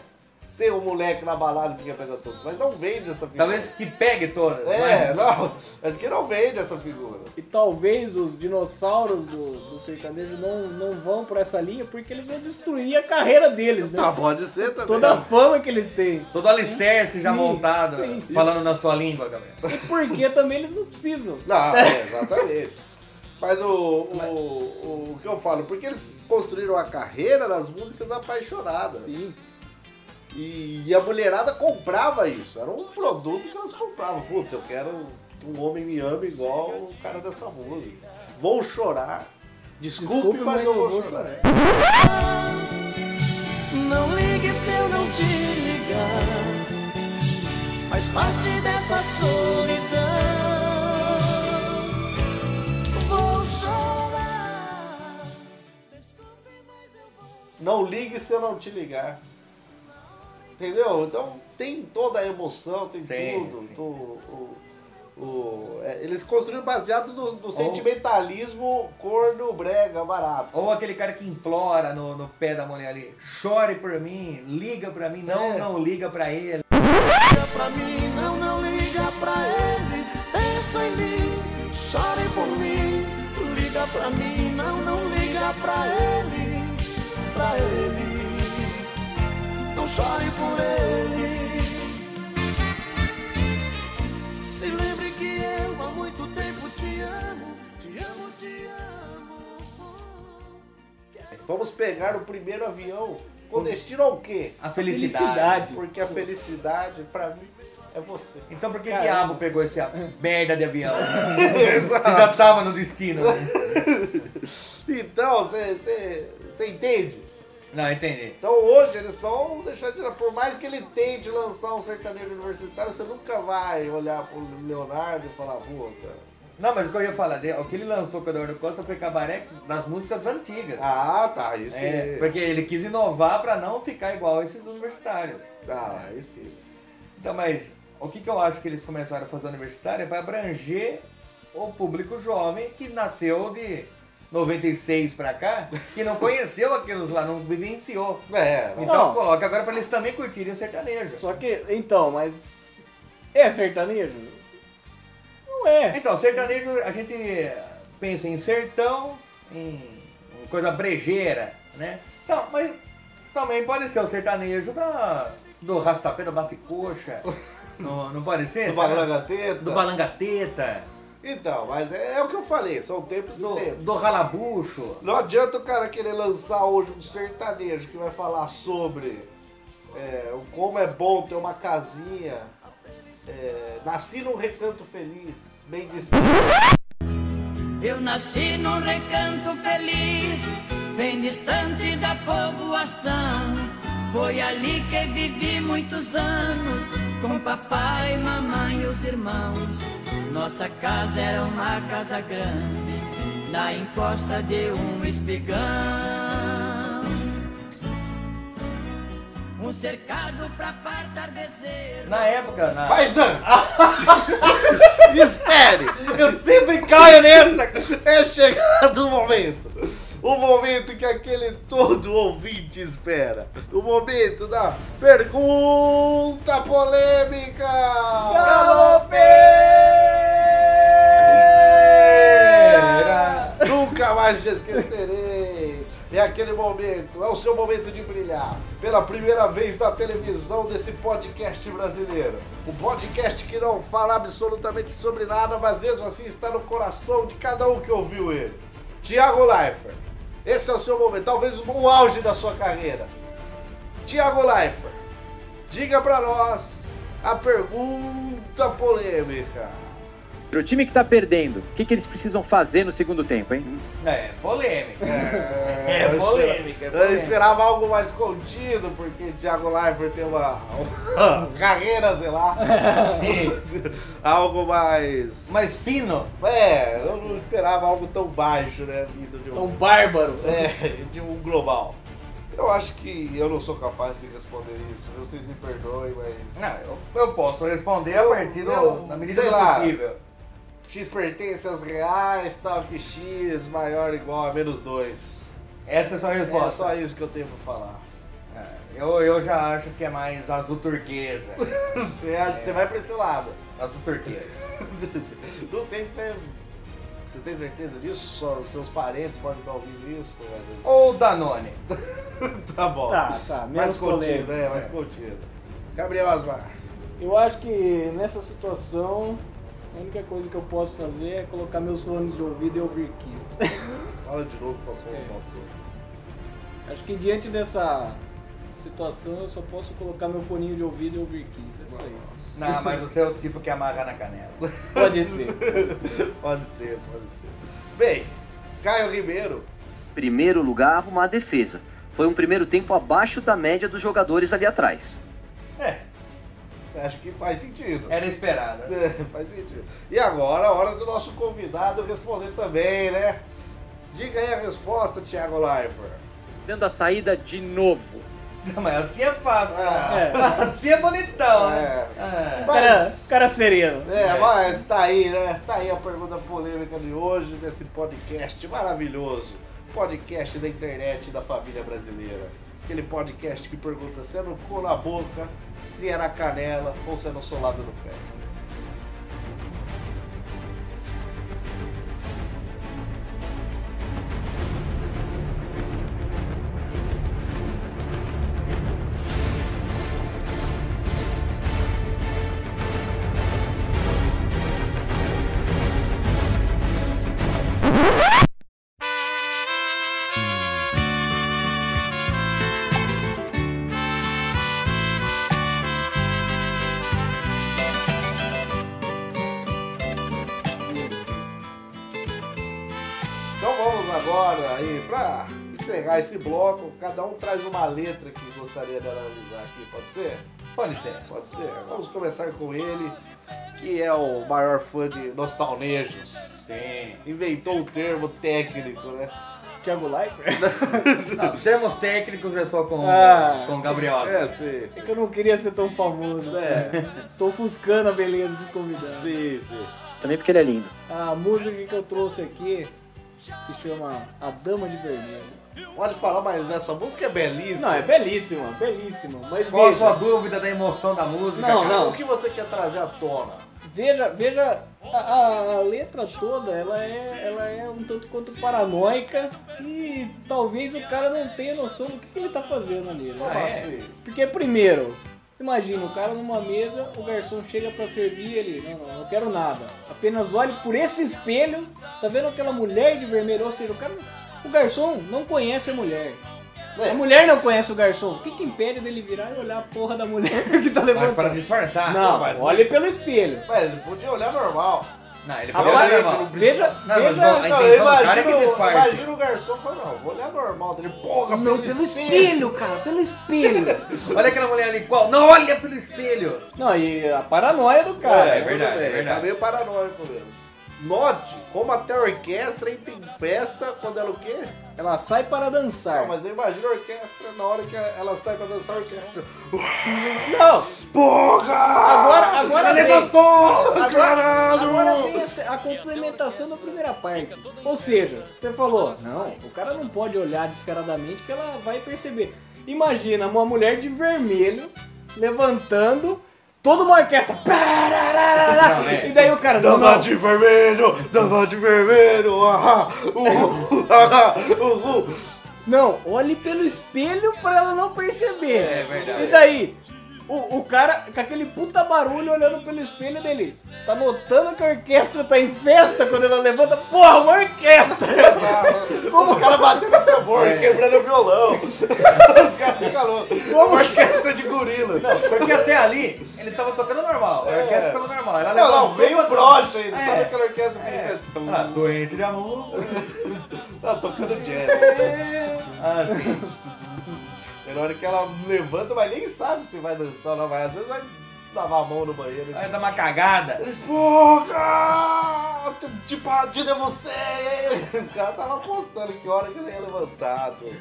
E: ser um moleque na balada que quer pegar todos, mas não vende essa figura.
C: Talvez que pegue todas.
E: É,
C: mas-
E: não, mas que não vende essa figura.
D: E talvez os dinossauros do, do sertanejo não, não vão por essa linha porque eles vão destruir a carreira deles, né?
E: Ah, pode ser também.
D: Toda a fama que eles têm.
C: Todo alicerce já
D: Sim,
C: montado,
D: sim.
C: falando na sua língua, galera.
D: E porque também eles não precisam.
E: Não, é, exatamente. Mas o, o, o que eu falo, porque eles construíram a carreira nas músicas apaixonadas.
D: Sim.
E: E, e a mulherada comprava isso. Era um produto que elas compravam. Puta, eu quero que um homem me ame igual o cara dessa música. Vou chorar. Desculpe, mas, eu vou chorar.
I: Não ligue se eu não te ligar. Faz parte dessa solidão. Vou chorar.
E: Não ligue se eu não te ligar. Entendeu? Então tem toda a emoção, tem
C: Sim,
E: tudo.
C: sim.
E: tu- o- o- é, eles construíram baseado no,
C: Oh.
E: no sentimentalismo corno brega barato.
C: Ou aquele cara que implora no, no pé da mulher ali, chore por mim, liga pra mim,
E: É.
C: não, não liga pra ele.
I: Liga pra mim, não, não liga pra ele. Pensa em mim, chore por mim. Liga pra mim, não, não liga pra ele. Pra ele, não chore por ele. Se lembre que eu há muito tempo te amo, te amo, te amo.
E: Vamos pegar o primeiro avião com destino ao quê?
C: Hum. A felicidade.
E: Porque a felicidade, pra mim, é você.
C: Então por que
E: Caramba.
C: diabo pegou esse a- merda de avião?
E: Exato.
C: Você já tava no destino. né?
E: Então, você entende?
C: Não, entendi.
E: Então hoje eles são deixar de lado. Por mais que ele tente lançar um sertanejo universitário, você nunca vai olhar pro Leonardo e falar, puta.
C: Não, mas o que eu ia falar, de- o que ele lançou com o Eduardo Costa foi cabaré das músicas antigas.
E: Ah, tá, isso
C: É, porque ele quis inovar pra não ficar igual esses universitários.
E: Ah, aí sim.
C: Então, mas o que, que eu acho que eles começaram a fazer universitário é para abranger o público jovem que nasceu de 96 pra cá, que não conheceu aqueles lá, não vivenciou.
E: É, não.
C: Então
D: Não.
C: coloca agora pra eles também curtirem o sertanejo.
D: Só que, então, mas. É sertanejo? Não é.
C: Então, sertanejo a gente pensa em sertão, em coisa brejeira, né? Então, mas também pode ser o sertanejo da, do rastapé da bate-coxa. não, não pode ser?
E: Do Balangateta.
C: É, Do balangateta.
E: Então, mas é, é o que eu falei, são tempos
C: Do,
E: e tempos.
C: do ralabucho.
E: Não adianta o cara querer lançar hoje um sertanejo que vai falar sobre é, o como é bom ter uma casinha. é, nasci num recanto feliz, bem distante.
K: Eu nasci num recanto feliz, bem distante da povoação. Foi ali que vivi muitos anos, com papai, mamãe e os irmãos. Nossa casa era uma casa grande, na encosta de um espigão. Um cercado pra apartar bezerro.
C: Na época, na...
E: Mas antes! espere!
C: eu sempre caio nessa!
E: É chegado o momento! O momento que aquele todo ouvinte espera! O momento da pergunta polêmica!
C: Galopeira!
E: Nunca mais te esquecerei! É aquele momento, é o seu momento de brilhar. Pela primeira vez na televisão desse podcast brasileiro. O podcast que não fala absolutamente sobre nada, mas mesmo assim está no coração de cada um que ouviu ele. Tiago Leifert, esse é o seu momento, talvez o auge da sua carreira. Tiago Leifert, diga pra nós a pergunta polêmica.
F: O time que tá perdendo, o que, que eles precisam fazer no segundo tempo, hein?
C: É, polêmica. É
E: É, eu
C: polêmica, é
E: espera- Eu
C: polêmica.
E: esperava algo mais escondido, porque Thiago Leifert tem uma, uma carreira, sei lá. algo mais.
C: Mas fino.
E: É, eu não esperava algo tão baixo, né? Vindo de
D: Tão
E: um,
D: bárbaro.
E: é, de um global. Eu acho que eu não sou capaz de responder isso, viu? vocês me perdoem, mas.
C: Não, eu, eu posso responder a partir do,
E: eu-
C: na medida
E: sei
C: do
E: lá.
C: possível.
E: X pertence aos reais, tal que X maior ou igual a menos 2.
C: Essa é a sua
E: É
C: resposta.
E: só isso que eu tenho pra falar.
C: É, Eu, eu já acho que é mais azul turquesa.
E: Você acha- você vai pra esse lado.
C: Azul turquesa.
E: Não sei se você. Você tem certeza disso? Só os seus parentes podem estar ouvindo isso? tá mas-
C: Ou Danone.
E: tá bom.
D: Tá, tá,
E: Mais
D: menos
E: contido,
D: polêmico.
E: é, mais
D: É.
E: contido. Gabriel Asmar.
D: Eu acho que nessa situação, a única coisa que eu posso fazer é colocar meus fones de ouvido e ouvir Kiss.
E: Fala de novo, passou
D: É.
E: um motor.
D: acho que diante dessa situação, eu só posso colocar meu foninho de ouvido e ouvir Kiss. É isso aí.
C: Não, mas você é o tipo que amarra na canela.
D: Pode ser.
E: Pode ser, pode ser. Bem, Caio Ribeiro.
F: Primeiro lugar, arrumar a defesa. Foi um primeiro tempo abaixo da média dos jogadores ali atrás.
E: Acho que faz sentido.
C: Era esperado. né?
E: É, faz sentido. E agora é a hora do nosso convidado responder também, né? Diga aí a resposta, Thiago Leifert.
F: Dando a saída de novo.
C: Não, mas assim é fácil.
E: É.
C: cara. Assim é bonitão, né?
E: É,
C: É.
D: Cara,
E: Mas-
D: cara sereno.
E: é, mas tá aí, né? Tá aí a pergunta polêmica de hoje, desse podcast maravilhoso. Podcast da internet da família brasileira. Aquele podcast que pergunta se é no cu na boca, se é na canela ou se é no solado do pé. Então vamos agora aí pra encerrar esse bloco. Cada um traz uma letra que gostaria de analisar aqui, pode ser?
C: Pode ser.
E: Pode ser. Vamos começar com ele, que é o maior fã de nostalnejos.
C: Sim.
E: Inventou o termo técnico, né?
D: Thiago Leifert?
C: Não, termos técnicos é só com
D: Ah.
C: com o Gabriel.
E: É, sim,
D: É
E: sim.
D: que eu não queria ser tão famoso.
E: É.
D: assim. Tô ofuscando a beleza dos convidados.
E: Sim, sim.
F: Também porque ele é lindo.
D: A música que eu trouxe aqui se chama A Dama de Vermelho.
E: Pode falar, mas essa música é belíssima.
D: Não, é belíssima, belíssima. Mas
C: Qual a
D: veja,
C: sua dúvida da emoção da música?
D: Não,
C: cara?
D: não.
E: O que você quer trazer à tona?
D: veja, veja a, a- a letra toda, ela é, ela é um tanto quanto paranoica e talvez o cara não tenha noção do que, que ele tá fazendo ali. né?
C: Ah, é?
E: Assim,
D: Porque primeiro, imagina, o cara numa mesa, o garçom chega pra servir ele, não, não, não quero nada. Apenas olhe por esse espelho, tá vendo aquela mulher de vermelho, ou seja, o cara, o garçom não conhece a mulher.
E: É.
D: A mulher não conhece o garçom. O que, que impede dele virar e olhar a porra da mulher que tá
C: Mas para
D: levantando?
C: disfarçar. é.
D: Não,
E: mas-
D: olhe pelo espelho.
E: Mas ele podia olhar normal.
C: Não, ele falou
D: Rapaz,
E: normal.
C: normal.
D: veja,
C: Não, Ah, mas
D: veja...
C: bom, A
E: Não,
C: intenção do cara é que
E: imagina o-
C: disfarce.
E: imagina o garçom falando, não, vou olhar normal. Ele,
C: é
E: porra,
D: Não, pelo espelho, cara, pelo espelho.
C: Olha aquela mulher ali, qual? Não, olha pelo espelho.
D: Não, e a paranoia do cara.
C: É verdade,
E: Tudo
C: é
E: bem,
C: verdade.
E: Tá meio paranoico mesmo. Note como até a orquestra entra em festa quando ela o quê?
D: Ela sai para dançar.
E: Não, mas eu imagino a orquestra na hora que ela sai pra dançar a orquestra.
D: Não,
E: Porra!
D: agora, agora
E: Ela
D: vem.
E: levantou! Caralho!
D: Agora vem é a, a complementação da primeira parte. Ou seja, você falou, não, o cara não pode olhar descaradamente que ela vai perceber. Imagina uma mulher de vermelho levantando toda uma orquestra. parararara, E daí o cara, é. não,
E: Dama
D: não.
E: de vermelho! Dama de vermelho! Ahá! Uhul! Ahá! uh, Uhul!
D: Não, olhe pelo espelho pra ela não perceber.
C: É verdade.
D: E daí, o, o cara com aquele puta barulho olhando pelo espelho dele, tá notando que a orquestra tá em festa quando ela levanta. Porra, uma orquestra!
E: Como o cara bateu no tambor,
C: É.
E: quebrando o violão. Os caras ficam loucos. Uma orquestra de gorila.
C: Porque até ali ele tava tocando normal. A orquestra tava normal. Ela
E: Não, não,
C: levantou
E: bem
C: pra-
E: o broche ainda.
C: É.
E: Sabe aquela orquestra que
C: É.
E: fica...
C: Ah, doente de amor.
E: Tá tocando jazz.
C: Ah, sim.
E: Tem hora que ela levanta, mas nem sabe se vai dançar ou não vai. Às vezes vai lavar a mão no banheiro.
C: Aí dá uma cagada.
E: Eles, porra! Tipo, ajuda você! Os caras estavam apostando que hora que ele ia levantar. tudo.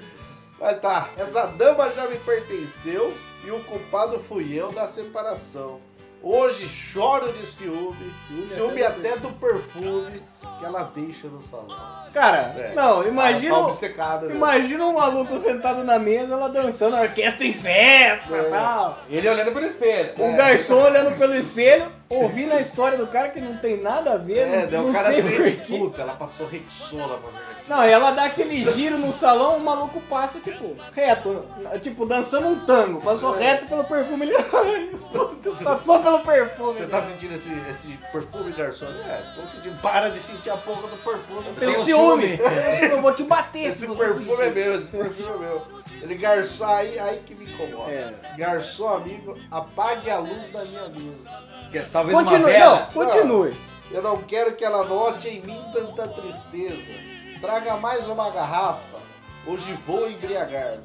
E: Mas tá, essa dama já me pertenceu e o culpado fui eu da separação. Hoje choro de ciúme. ciúme
D: até
E: até do perfume que ela deixa no salão.
D: Cara,
E: É.
D: não,
E: Ela
D: imagina.
E: tá obcecada mesmo.
D: imagina um maluco sentado na mesa, ela dançando, orquestra em festa
E: É.
D: e tal.
C: Ele olhando pelo espelho.
D: O um garçom olhando pelo espelho, ouvindo a história do cara que não tem nada a ver,
E: É,
D: não,
E: daí
D: não
E: o cara
D: sei
E: sente,
D: por quê.
E: puta, ela passou rexola pra mim.
D: Não, ela dá aquele giro no salão, o maluco passa, tipo, reto, tipo, dançando um tango, passou
E: É.
D: reto pelo perfume, ele, ai, puta, passou pelo perfume.
E: Você tá sentindo esse, esse perfume, garçom? É, tô sentindo. Para de sentir a porra do perfume. Eu
D: Tenho ciúme. Tenho ciúme, eu vou te bater se
E: um Esse
D: você
E: perfume
D: fizer.
E: é meu, esse perfume é meu. Ele garçom, aí, aí que me incomoda.
D: É.
E: Garçom, amigo, apague a luz da minha mesa.
C: Que é talvez uma
D: Continue,
C: vela.
D: não, continue.
E: Eu não quero que ela note em mim tanta tristeza. Traga mais uma garrafa. Hoje vou embriagar-me.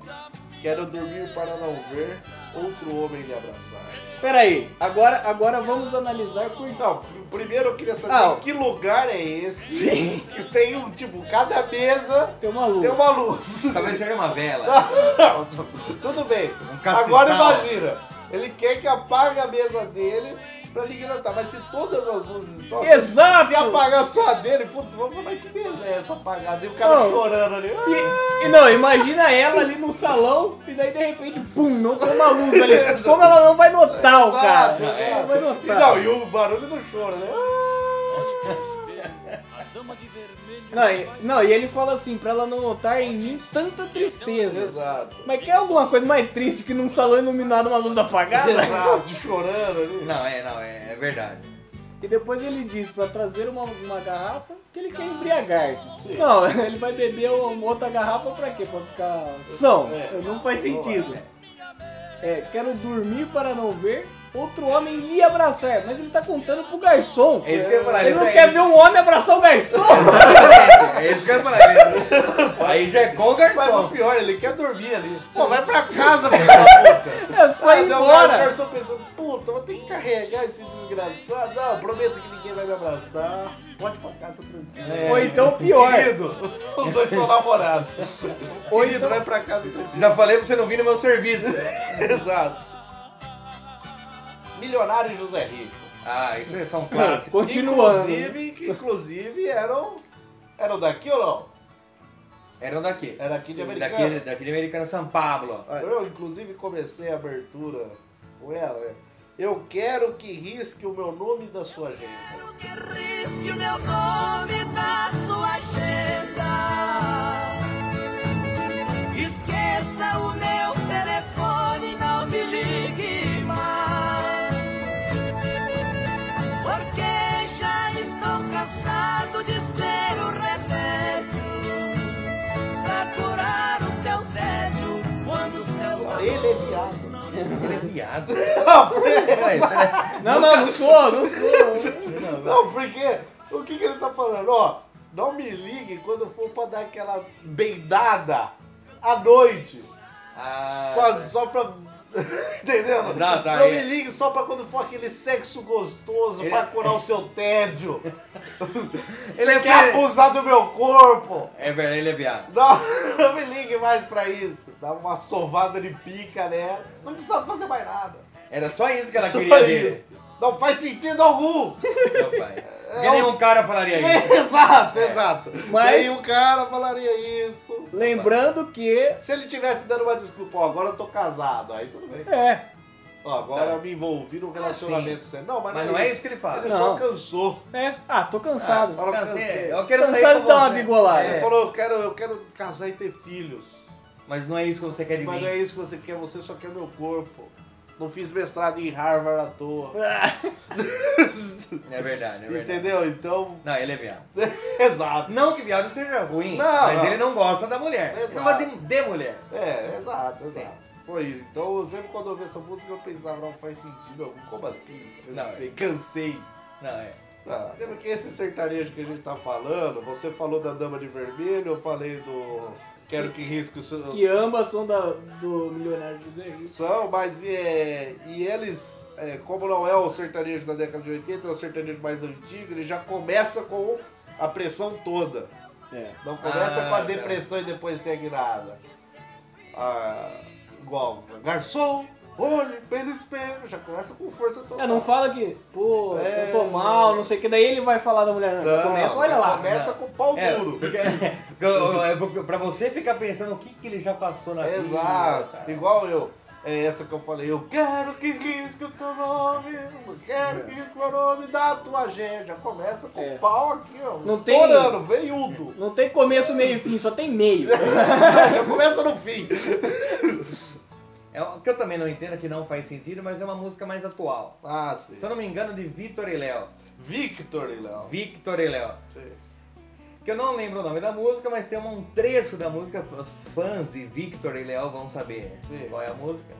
E: Quero dormir para não ver outro homem me abraçar.
D: Peraí, agora, agora vamos analisar por...
E: Não, pr- primeiro eu queria saber
D: Ah,
E: que lugar é esse.
D: Sim.
E: Que tem um, tipo, cada mesa
D: Tem uma luz.
E: tem uma luz.
C: Talvez seja uma vela.
E: Não, tu- tudo bem.
D: Um
C: castiçal.
E: Agora imagina, ele quer que apague a mesa dele pra ninguém notar. Mas se todas as luzes estão assim,
D: Exato!
E: Se apagar só a dele, putz, vamos falar que mesa é essa apagada? E o cara
D: Não.
E: chorando ali. "Ah,
D: E, e não, imagina ela ali no salão e daí de repente, pum, não tem uma luz ali. Como ela não vai notar o cara?
E: exato,
D: Ela
E: exato."
D: não vai
E: E
D: notar.
E: não, e o barulho do choro, né?
D: Não, e, não, e ele fala assim, pra ela não notar em mim tanta tristeza.
E: Exato.
D: Mas quer alguma coisa mais triste que num salão iluminado uma luz apagada?
E: Exato, chorando ali.
C: Não, é, não, é, é verdade.
D: E depois ele diz pra trazer uma, uma garrafa que ele quer embriagar-se. Não, ele vai beber uma outra garrafa pra quê? Pra ficar são.
E: É.
D: Não faz sentido. É, quero dormir para não ver outro homem lhe abraçar. Mas ele tá contando pro garçom.
C: É isso que eu ia falar,
D: Ele
C: ele
D: não
C: tá-
D: quer ver um homem abraçar o garçom.
C: É isso que eu ia falar. Aí já é com o garçom.
E: Mas o pior, ele quer dormir ali. Pô, vai pra casa, filho da puta.
D: É só
E: Ah,
D: ir
E: não, O
D: embora.
E: garçom pensando, puta, vou ter que carregar esse desgraçado. Não, prometo que ninguém vai me abraçar. Pode ir pra casa tranquilo.
D: Ou então pior.
E: Querido, os dois são namorados.
D: Ou
E: Querido,
D: então-
E: vai pra casa tranquilo.
C: Já falei pra você não vir no meu serviço.
E: Exato. Milionário José Rico.
C: Ah, isso é só um clássico.
D: Continuando.
E: Inclusive, que inclusive eram, eram daqui ou não?
C: Eram daqui.
E: Era aqui de Americana.
C: Daqui, daqui de Americana, São Pablo.
E: Eu, inclusive, comecei a abertura com ela, né? Eu quero que risque o meu nome da sua agenda.
K: Que risque o meu nome da sua agenda. Esqueça o meu telefone, não me ligue mais. Porque já estou cansado de ser o remédio pra curar o seu tédio quando seus
E: Ele é viado.
C: Ele é viado.
E: Não,
C: Peraí, peraí.
D: Não, não, não sou, não sou.
E: porque o que, que ele tá falando? Ó, não me ligue quando for pra dar aquela beidada à noite.
C: Ah,
E: só, só pra. Entendendo?
C: Não, tá,
E: não
C: é.
E: me ligue só pra quando for aquele sexo gostoso
C: Ele-
E: pra curar o seu tédio. Você
C: é
E: quer
C: pre-
E: abusar do meu corpo?
C: É verdade, ele é viado.
E: Não, não me ligue mais pra isso. Dá uma sovada de pica nela. Não precisava fazer mais nada.
C: Era só isso que ela
E: Só
C: queria
E: isso.
C: dele.
E: Não faz sentido algum.
C: Não faz. Que nenhum cara falaria É isso.
E: É.
C: É.
E: exato, exato.
D: Mas-
E: Mas o cara falaria isso.
D: Lembrando que.
E: Se ele tivesse dando uma desculpa, ó, agora eu tô casado, aí tudo bem.
D: É.
E: Ó, agora
C: Tá.
E: eu me envolvi num relacionamento sério. Não, mas,
C: Mas não é isso que ele fala.
E: Tá. Ele
D: Não.
E: só cansou.
D: É. Ah, tô cansado.
E: Fala,
C: Cansei,
E: cansei.
C: Eu quero
D: Cansado
C: sair com
D: de dar uma
C: você.
D: bigolada.
E: Ele
C: É,
E: falou, eu quero, eu quero casar e ter filhos.
C: Mas não é isso que você quer de
E: Mas
C: mim.
E: não é isso que você quer, você só quer meu corpo. Não fiz mestrado em Harvard à toa.
C: É verdade, é verdade.
E: Entendeu? Então.
C: Não, ele é viado.
E: Exato.
C: Não que viado seja ruim,
E: Não,
C: mas
E: não.
C: ele não gosta da mulher. Ele não gosta de, de mulher.
E: É, exato, exato. Foi isso. Então, eu sempre quando eu ouvi essa música, eu pensava, não faz sentido algum. Como assim?
C: Não, é.
E: Cansei, cansei.
C: Não, é.
E: Ah, sendo que esse sertanejo que a gente tá falando, você falou da Dama de Vermelho, eu falei do Quero que Risque o Seu...
D: Que ambas são da, do milionário José Rico.
E: São, mas é, e eles, é, como não é o sertanejo da década de 80, é o sertanejo mais antigo, ele já começa com a pressão toda.
D: É.
E: Não começa
C: Ah,
E: com a
C: tá.
E: depressão e depois tem a guinada. Ah, igual, garçom, Olhe pelo espelho, já começa com força total.
D: É, não fala que, pô,
E: É.
D: eu tô mal, não sei o que, daí ele vai falar da mulher, não, já
E: Não,
D: começa, olha lá.
E: Começa com o pau
C: É,
E: duro.
C: porque- porque- é porque- pra você ficar pensando o que, que ele já passou na vida.
E: Exato. Igual eu. É essa que eu falei. Eu quero que risque o teu nome. Eu quero que risque o meu nome da tua gente. Já começa com o pau aqui, ó.
D: É. Não tem-
E: estourando, veiudo.
D: Não tem começo, meio e fim, só tem meio.
E: É. já começa no fim.
C: É o que eu também não entendo, que não faz sentido, mas é uma música mais atual.
E: Ah, sim.
C: Se eu não me engano, de Vitor e Léo.
E: Victor e Léo.
C: Victor e Léo.
E: Sim.
C: Que eu não lembro o nome da música, mas tem um trecho da música, os fãs de Victor e Léo vão saber
E: Sim.
C: qual é a música.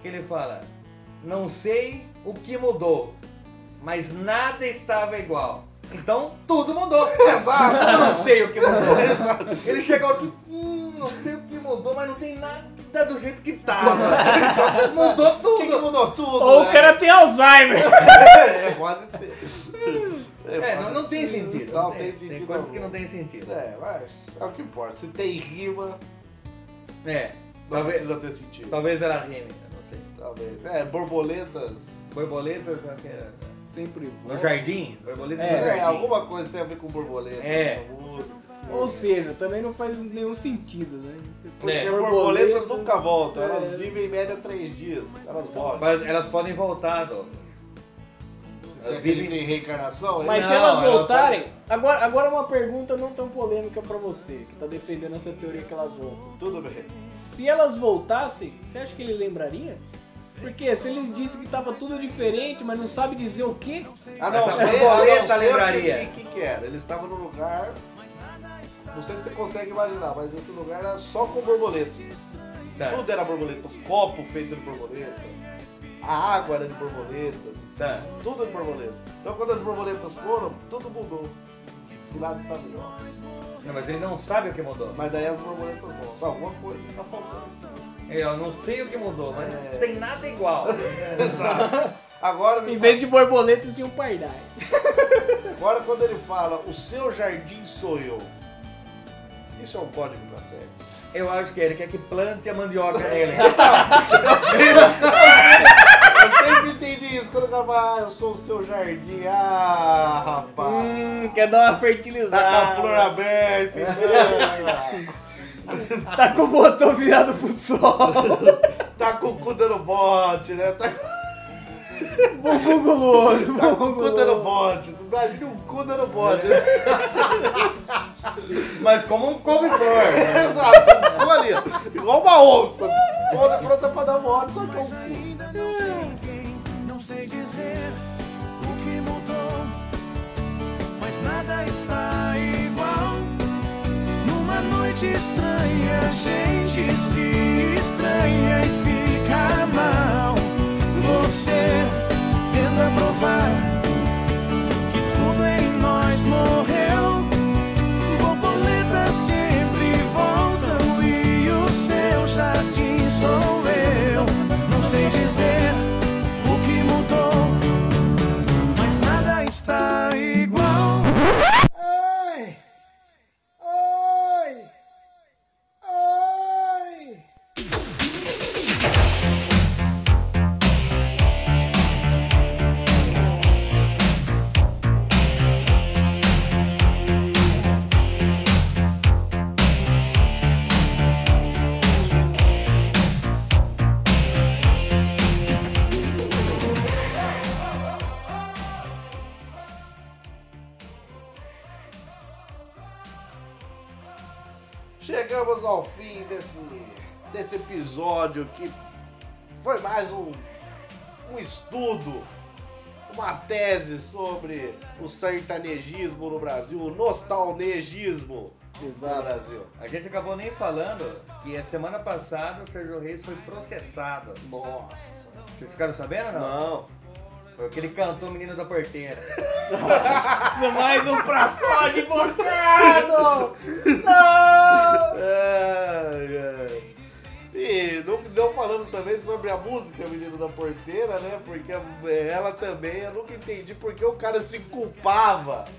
C: Que ele fala: Não sei o que mudou, mas nada estava igual. Então tudo mudou.
E: Exato.
C: Eu não sei o que mudou. Ele chegou aqui, hum, não sei o que mudou, mas não tem nada do jeito que tava. mudou
E: O que, que
C: tudo.
E: mudou tudo?
D: Ou o
E: né?
D: cara tem Alzheimer.
E: é, pode ser.
C: É,
E: pode
C: não, não tem
E: ser.
C: sentido.
E: Não, tem, sentido.
C: Tem coisas
E: algum.
C: que não tem sentido.
E: É, mas é o que importa. Se tem rima,
C: É.
E: não
C: Talvez,
E: precisa ter sentido.
C: talvez ela rime, eu não sei.
E: Talvez. É, borboletas.
C: Borboleta qual que é?
D: Sempre.
C: no jardim? Borboleta
E: É,
C: no jardim.
E: alguma coisa tem a ver com borboletas.
C: É.
E: essa música.
D: Ou seja, também não faz nenhum sentido, né?
E: Porque
C: É.
E: borboletas,
D: Borboletas-
E: nunca voltam, elas
D: É.
E: vivem em média três dias. Elas voltam.
C: Mas elas podem voltar, Dom.
E: Você acredita em reencarnação?
D: Mas
C: Não,
D: se elas
C: ela
D: voltarem. Agora, agora uma pergunta não tão polêmica pra você, que tá defendendo essa teoria que elas voltam.
E: Tudo bem.
D: Se elas voltassem, você acha que ele lembraria? Porque se ele disse que tava tudo diferente, mas não sabe dizer o quê?
E: A não
C: Essa
E: ser,
C: borboleta
E: a não ser
C: lembraria.
E: O que, que que era? Eles estavam num lugar. Não sei se você consegue imaginar, mas esse lugar era só com borboletas.
C: Tá,
E: Tudo era borboleta. O copo feito de borboleta. A água era de borboletas.
C: tá.
E: Tudo de borboleta. Então quando as borboletas foram, tudo mudou. O lado está melhor.
C: Não, mas ele não sabe o que mudou.
E: Mas daí as borboletas voltam. Só Alguma coisa tá faltando.
C: Ele, ó, não sei o que mudou, mas
E: É.
C: não tem nada igual.
E: Exato. Agora, me
D: Em vez de borboletas, tinham pardais.
E: fala- agora quando ele fala o seu jardim sou eu. Isso é um código pra série.
C: Eu acho que ele quer que plante a mandioca nele.
E: Eu sempre entendi isso quando eu tava, ah, eu sou o seu jardim. Ah, rapaz.
D: Hum, ah, né? quer dar
E: Tá com a
D: uma
E: flor
D: fertilizada.
E: aberta, então.
D: Tá com o botão virado pro sol.
E: tá com o cu dando bote, né? Tá, tá
D: Bumbum guloso,
E: com
D: bumbum
E: o cu
D: guloso. É.
E: dando bote. Imagina um cu dando bote.
C: mas como um couve-flor.
E: Exato, um cu ali, ó. igual uma onça. Toda pronta pra dar bote, só que é um cu.
L: Ainda não sei quem, não sei dizer o que mudou, mas nada está igual. Numa noite estranha, a gente se estranha e fica mal. Você tenta provar que tudo em nós morreu. Borboletas sempre voltam e o seu jardim sou eu. Não sei dizer o que mudou, mas nada está igual.
D: Ai! Ai! Ai!
E: Chegamos ao fim desse, desse episódio que foi mais um, um estudo, uma tese sobre o sertanejismo no Brasil, o nostalnegismo no Brasil.
C: A gente acabou nem falando que a semana passada o Sérgio Reis foi processado.
E: Nossa.
C: Vocês ficaram sabendo ou não?
E: Não.
C: Foi porque ele cantou Menino da Porteira.
D: Mais um pra só de bocado! Não!
E: Ai, ai. E não, não falamos também sobre a música Menino da Porteira, né? Porque ela também, eu nunca entendi porque o cara se culpava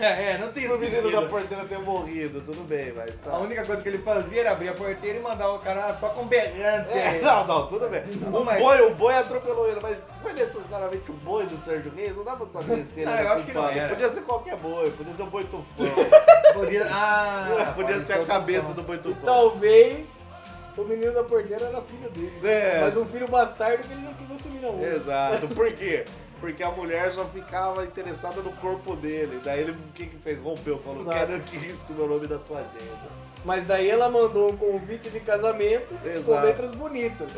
C: É, não tem
E: O menino
C: sentido.
E: da porteira ter morrido, tudo bem, mas tá.
C: A única coisa que ele fazia era abrir a porteira e mandar o cara, "Ah, toca um berrante.
E: É, não, não, tudo bem.
C: Não,
E: o,
C: mas-
E: boi, o boi atropelou ele, mas foi necessariamente o boi do Sérgio Reis? Não dá pra saber se ele
C: Não,
E: era
C: eu acho que não
E: culpado.
C: era.
E: Podia ser qualquer boi, podia ser o boi tufão.
C: Podia, ah,
E: É. podia
C: pode
E: ser a
C: ser
E: cabeça
C: tufão. Então,
E: do boi tufão.
D: Talvez o menino da porteira era filho dele.
E: É.
D: Mas um filho bastardo que ele não quis assumir na outra.
E: Exato. Por quê? Porque a mulher só ficava interessada no corpo dele. Daí ele, o que que fez? Rompeu, falou,
D: Exato.
E: quero que risco o meu nome da tua agenda.
D: Mas daí ela mandou um convite de casamento
E: Exato. É,
D: com letras bonitas.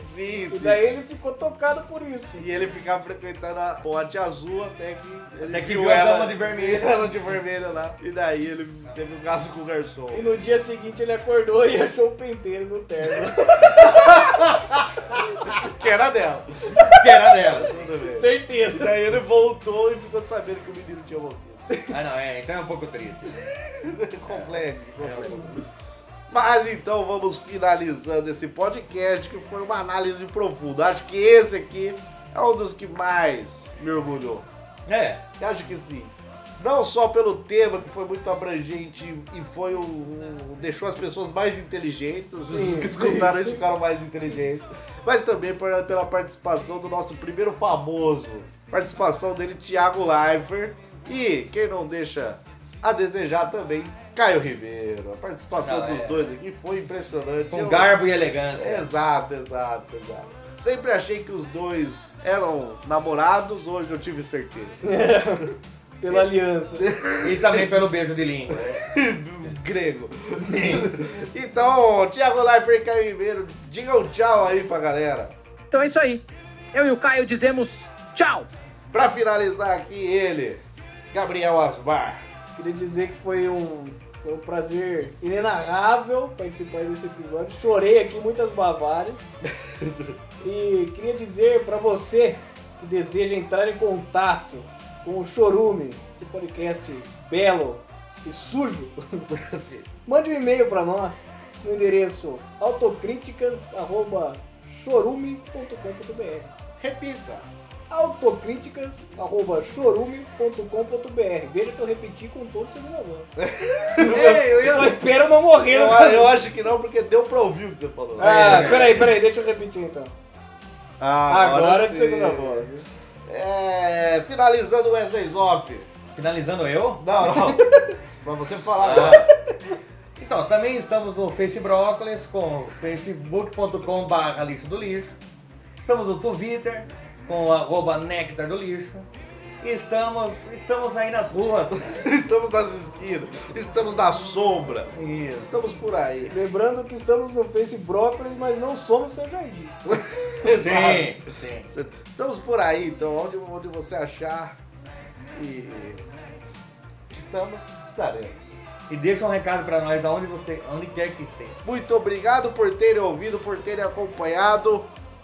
E: sim,
D: E
E: sim.
D: daí ele ficou tocado por isso.
E: E ele ficava frequentando a boate azul até que... Ele
C: Até que viu a dama de vermelho.
E: Ela de vermelho lá. E daí ele teve um caso com o garçom.
D: E no dia seguinte ele acordou e achou o penteiro no terno.
E: Que era dela.
C: Que era dela.
E: Tudo bem.
D: Certeza.
E: Daí ele voltou e ficou sabendo que o menino tinha morrido.
C: Ah, não, é, então é um pouco triste.
E: complexo, complexo. Mas então vamos finalizando esse podcast que foi uma análise profunda. Acho que esse aqui é um dos que mais me orgulhou.
C: É,
E: Eu Acho que sim. Não só pelo tema que foi muito abrangente e foi um, um- deixou as pessoas mais inteligentes, as pessoas que escutaram isso ficaram mais inteligentes, mas também pela, pela participação do nosso primeiro famoso, participação dele Thiago Leifert e quem não deixa a desejar também Caio Ribeiro. A participação
C: Não,
E: dos
C: é.
E: dois aqui foi impressionante.
C: com
E: Eu-
C: garbo e elegância.
E: Exato, exato, exato. Sempre achei que os dois eram namorados, hoje eu tive certeza.
D: Pela aliança.
E: É.
C: E também pelo beijo de língua.
E: Grego. Sim. Então, Thiago Leifert e Caio Ribeiro, digam tchau aí pra galera.
F: Então é isso aí. Eu e o Caio dizemos tchau!
E: Pra finalizar aqui, ele, Gabriel Asbar.
D: Queria dizer que foi um, foi um prazer inenarrável participar desse episódio. Chorei aqui muitas bavárias. e queria dizer para você que deseja entrar em contato com o Chorume, esse podcast belo e sujo, mande um e-mail para nós no endereço autocríticas.chorume.com.br
E: Repita.
D: autocríticas.chorume.com.br Veja que eu repeti com todo o segunda voz.
C: Ei, eu
D: Eu
E: É.
D: só
C: ia-
D: espero não morrer.
E: Eu,
D: no
E: eu acho que não, porque deu pra ouvir o que você falou. É.
D: Ah, peraí, peraí, deixa eu repetir então.
E: Ah,
D: Agora, é de
E: sim.
D: segunda voz.
E: É, finalizando o Wesley Zop.
C: Finalizando eu?
E: Não, não. pra você falar
C: Ah.
E: agora.
C: Então, também estamos no Face Brócolis com facebook.com barra lixo do lixo. Estamos no Twitter com arroba néctar do lixo. E estamos, estamos aí nas ruas.
E: Estamos nas esquinas, estamos na sombra,
C: Isso.
E: estamos por aí.
D: Lembrando que estamos no Face Brócolis, mas não somos seu Jardim.
E: Exato.
C: Sim, sim.
E: Estamos por aí, então onde, onde você achar que que estamos, estaremos.
C: E deixa um recado pra nós aonde você, onde quer que esteja.
E: Muito obrigado por terem ouvido, por terem acompanhado.